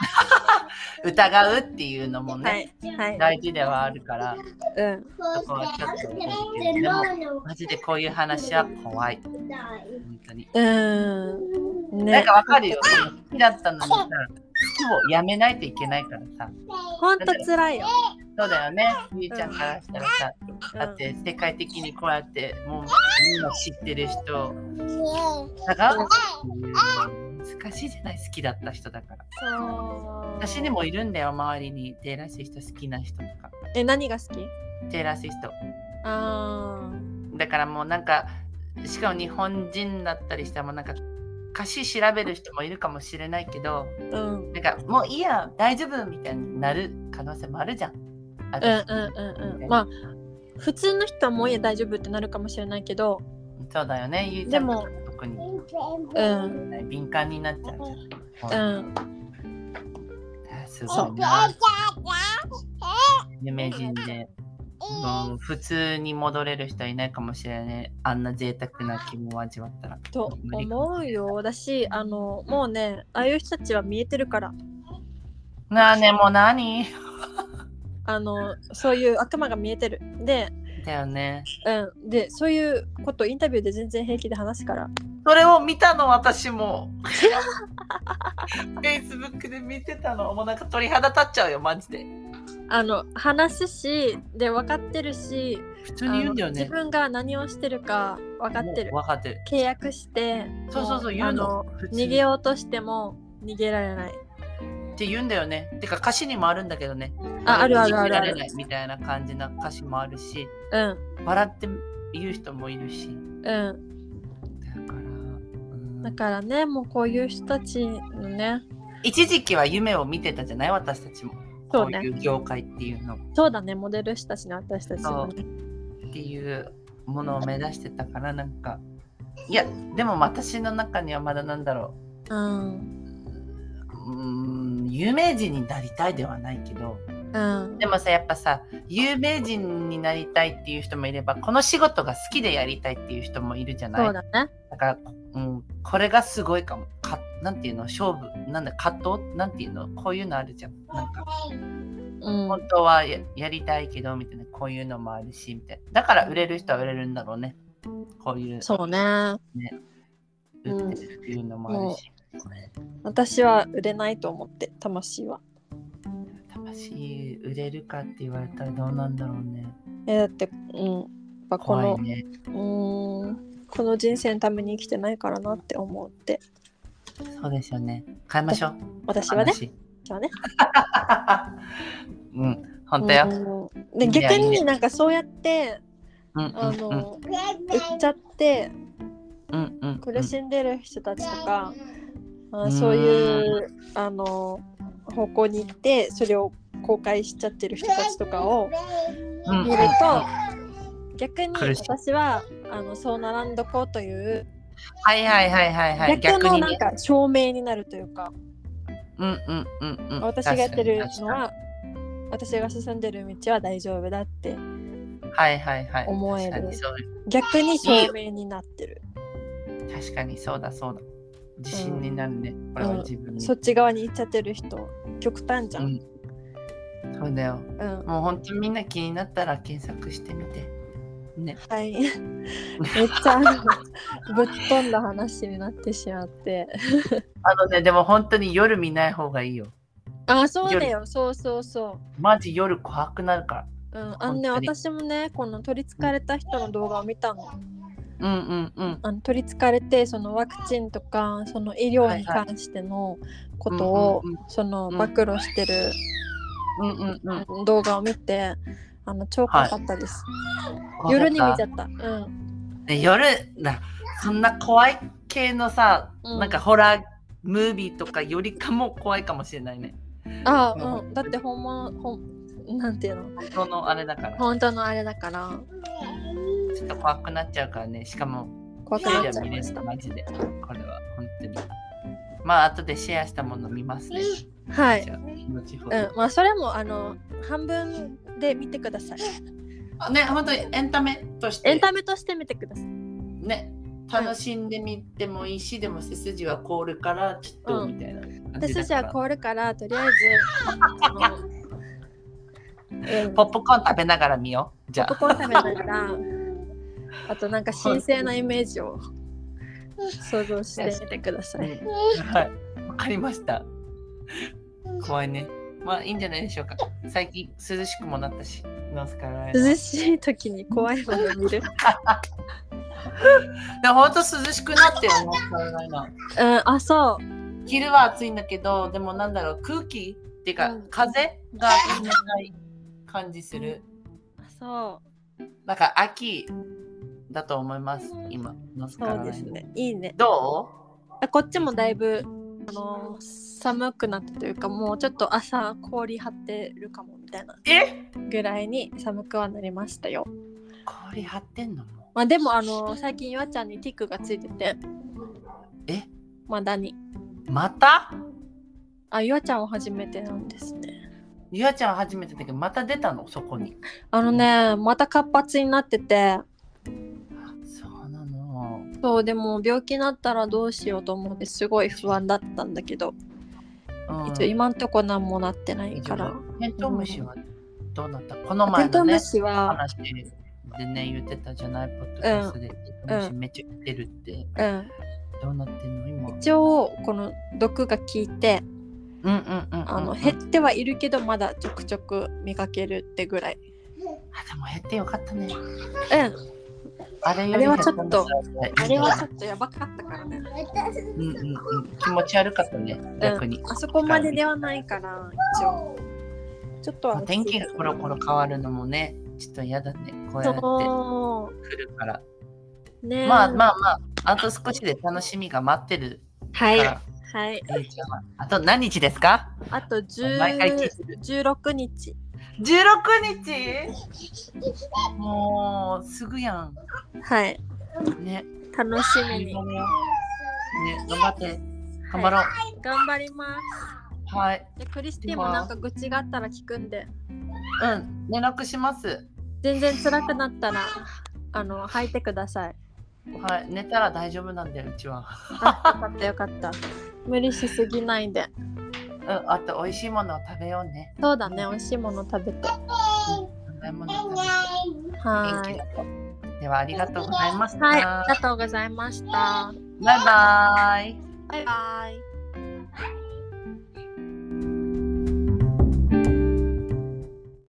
B: あ疑うっていうのもね、
A: はいはい。
B: 大事ではあるから
A: うん、
B: そこはちょっと思うけどでもマジでこういう話は怖い本当に
A: うん、
B: なん
A: ね
B: か、わかるよ。好きだったのにさ、好きをやめないといけないからさ。
A: 本当辛いよ。
B: そうだよね。ゆいちゃんからしたらさ、
A: うん
B: だって世界的にこうやって、もうみんな知ってる人、疑うっていう難しいじゃない、好きだった人だから。
A: そう。
B: 私にもいるんだよ、周りに。テイラーシスト好きな人とか。
A: え何が好き？
B: テイラーシスト。
A: あ
B: だからもうなんか、しかも日本人だったりしたらもうなんか、歌詞調べる人もいるかもしれないけど、
A: あ、うん。
B: なんかもういいや大丈夫みたいになる可能性もあるじゃん。あ
A: うんうんうんうん。まあ普通の人はもういいや大丈夫ってなるかもしれないけど、
B: そうだよね。ゆうち
A: で
B: ゃんと
A: も
B: か特に、
A: うん
B: ね敏感になっちゃう
A: う
B: じゃん。
A: ん
B: あす
A: そ
B: ごいうな。有名人で、うん、普通に戻れる人はいないかもしれない。あんな贅沢な気も味わったら。
A: と思うよだしあのもうねああいう人たちは見えてるから
B: なあね、もう何
A: あのそういう悪魔が見えてるで,、
B: だよね。
A: うん、でそういうことインタビューで全然平気で話すから
B: それを見たの私 も。Facebook で見てたの。もうなんか鳥肌立っちゃうよ、マジで。
A: あの話すしで分かってるし
B: 普通に言うんだよ
A: あの
B: ね
A: 自。分が何をしてるか分かってる
B: もう分かってる。
A: 契約して
B: そうそうそう、
A: も
B: 言う
A: あ
B: の。普通に
A: 逃げようとしても逃げられない
B: って言うんだよね。てか歌詞にもあるんだけどね。
A: ああるあるあ
B: 逃げ
A: るあ
B: られ
A: る
B: ないみたいな感じな歌詞もあるし、
A: うん
B: 笑って言う人もいるし。
A: うん
B: だから、うん
A: だからねもうこういう人たちのね
B: 一時期は夢を見てたじゃない私たちも。
A: そうね
B: こういう業界っていうの。
A: そうだねモデル師たちの私たちのね
B: っていうものを目指してたからなんかいやでも私の中にはまだなんだろ
A: うん
B: ううーん有名人になりたいではないけど
A: うん
B: でもさやっぱさ有名人になりたいっていう人もいればこの仕事が好きでやりたいっていう人もいるじゃない
A: そうだね
B: だから、うん、これがすごいかもかなんていうの勝負なんだ葛藤なんていうのこういうのあるじゃんなんか
A: うん
B: 本当はややりたいけどみたいなこういうのもあるしみたいなだから売れる人は売れるんだろうねこういう
A: そうね
B: 売ってるっていうのもあるし、
A: 私は売れないと思って魂は
B: 魂売れるかって言われたらどうなんだろうね
A: えだってうんやっぱこ
B: 怖
A: の
B: いね
A: うーんこの人生のために生きてないからなって思って
B: そうですよね変えましょう
A: 私はね
B: 話
A: 私はね
B: うん本当よ、
A: うんで
B: いいね
A: 逆
B: いいね
A: になんかそうやって
B: うんうん
A: あ
B: うん
A: の、売っちゃって
B: うんうん
A: 苦しんでる人たちとか、あ
B: うん
A: そういうあの方向に行ってそれを後悔しちゃってる人たちとかを
B: うん
A: 見ると逆に
B: 苦しい
A: 私はあのそうならんどこうという
B: はいはいはいはいはい
A: 逆の
B: に
A: なん
B: ね
A: か証明になるというか
B: うんうんうんうん
A: 私がやってる
B: 確
A: の
B: かに
A: は私が進んでる道は大丈夫だって
B: 確かにはいはいはい
A: 思える
B: 確かにそう
A: 逆に証明になってる
B: 確かにそうだそうだ自信になるね、これは自分に、
A: そっち側に行っちゃってる人極端じゃん、
B: うんそうだよ
A: うん、
B: もう本当みんな気になったら検索してみてね
A: はい めっちゃあのぶっ飛んだ話になってしまって
B: あのねでも本当に夜見ない方がいいよ
A: あそうだよそうそうそ
B: マジ夜怖くなるか
A: う、うん、あのね
B: 本当に
A: 私もねこの取りつかれた人の動画を見たの
B: らうんうんうん
A: あの取りつかれてそのワクチンとかその医療に関してのことを
B: うんうん
A: その
B: うん
A: 暴露してる
B: うんうんうん
A: 動画を見てあの超怖かったです、夜に見ちゃったうん
B: ね夜なそんな怖い系のさ、
A: うん
B: なんかホラームービーとかよりかも怖いかもしれないね
A: ああうんだって本物本なんていうの
B: 本当のあれだから
A: 本当のあれだから
B: ちょっと怖くなっちゃうからねしかも
A: 怖く
B: 一人
A: なっ
B: で
A: ち
B: は
A: ゃい
B: 見
A: ま
B: れ
A: した
B: るマジでこれは本当にまあ後でシェアしたもの見ますね
A: はい
B: じゃあ後ほど、
A: うん、まあそれもあの半分で見てください。
B: あね本当にエンタメとして
A: エンタメとして見てください。
B: ね楽しんでみてもいいし、でも背筋は凍るからちょっと
A: うん
B: みたいな感
A: 私
B: じだから、
A: たちは凍るからとりあえ ずあの、うん、
B: ポ
A: ポ
B: ップコーン食べながら見ようじゃ
A: ップコーン食べながらあとなんか神聖なイメージを想像してみてくだ
B: あ、
A: さい。
B: はいわかりました怖いねまあいいんじゃないでしょうか最近涼しくもなったしノースカロライナ
A: 涼しい時に怖いもの見る。
B: でも本当涼しくなってよノースカロライナ
A: うん、あそう。
B: 昼は暑いんだけどでもなんだろう空気っていうか、
A: うん
B: 風が冷たい感じする
A: あそう。
B: なんか秋だと思います今ノースカロラ
A: そ
B: イ
A: う
B: ナ
A: ですね。いいね。
B: ど
A: あこっちもだいぶあの寒くなったというかもうちょっと朝氷張ってるかもみたいな
B: うえ
A: ぐらいに寒くはなりましたよ。
B: 氷張ってんのも
A: まあでもあの最近岩ちゃんにティックがついてて
B: う
A: まだに。
B: また
A: あ、ゆあちゃんは初めてなんですね。
B: ゆあちゃん初めてだけど、また出たのそこに。
A: あのね、また活発になってて、
B: そうなの。
A: そう、でも病気になったらどうしようと思って、すごい不安だったんだけど、
B: うん
A: 一応今んとこ何もなってないから。
B: テントウムシはどうなった、この
A: テ
B: 前
A: ント
B: の
A: ウ
B: ね
A: ムシは、
B: 話でね言ってたじゃないポッドキャストで、テントウムシめっちゃ来てるって
A: うん、
B: どうなってんの今
A: 一応この毒が効いて、
B: うんうんうんうんうん
A: あの減ってはいるけどまだちょくちょく見かけるってぐらい。
B: あでも減ってよかったね
A: うん、
B: あれ
A: あ
B: より
A: れ
B: 減
A: は
B: ったの
A: ちょっと
B: さ
A: あれはちょっとやばかったからね。
B: うんうんうん、気持ち悪かったね逆に、
A: うん、あそこまでではないから一応ちょっと
B: ま
A: は
B: あ天気がコロコロ変わるのもねちょっと嫌だねこうやって
A: そ
B: 来るから
A: うね
B: まあ
A: あ
B: まあまああと少しで楽しみが待ってる
A: は
B: か
A: い
B: ら、
A: はい
B: ゆうちゃんはあと何日ですか
A: あと
B: 毎回聞い
A: 10
B: てる
A: 16日
B: 16日もうすぐやん
A: はい
B: ね
A: 楽しみ
B: 頑
A: に
B: 張ろうね頑張って頑張ろう
A: 頑張ります
B: はい、
A: でクリスティもなんか愚痴があったら聞くんで
B: うん連絡します
A: 全然辛くなったらあの吐いてくださ い
B: はい寝たら大丈夫なんだようちは
A: あよかったよかった無理しすぎないで
B: うんあと美味しいものを食べようね
A: そうだね美味しいもの食べて
B: 甘いもの食べて元
A: は
B: 気
A: い
B: だとではありがとうございました、
A: はいありがとうございました
B: バイバイ
A: バイバイ
C: 「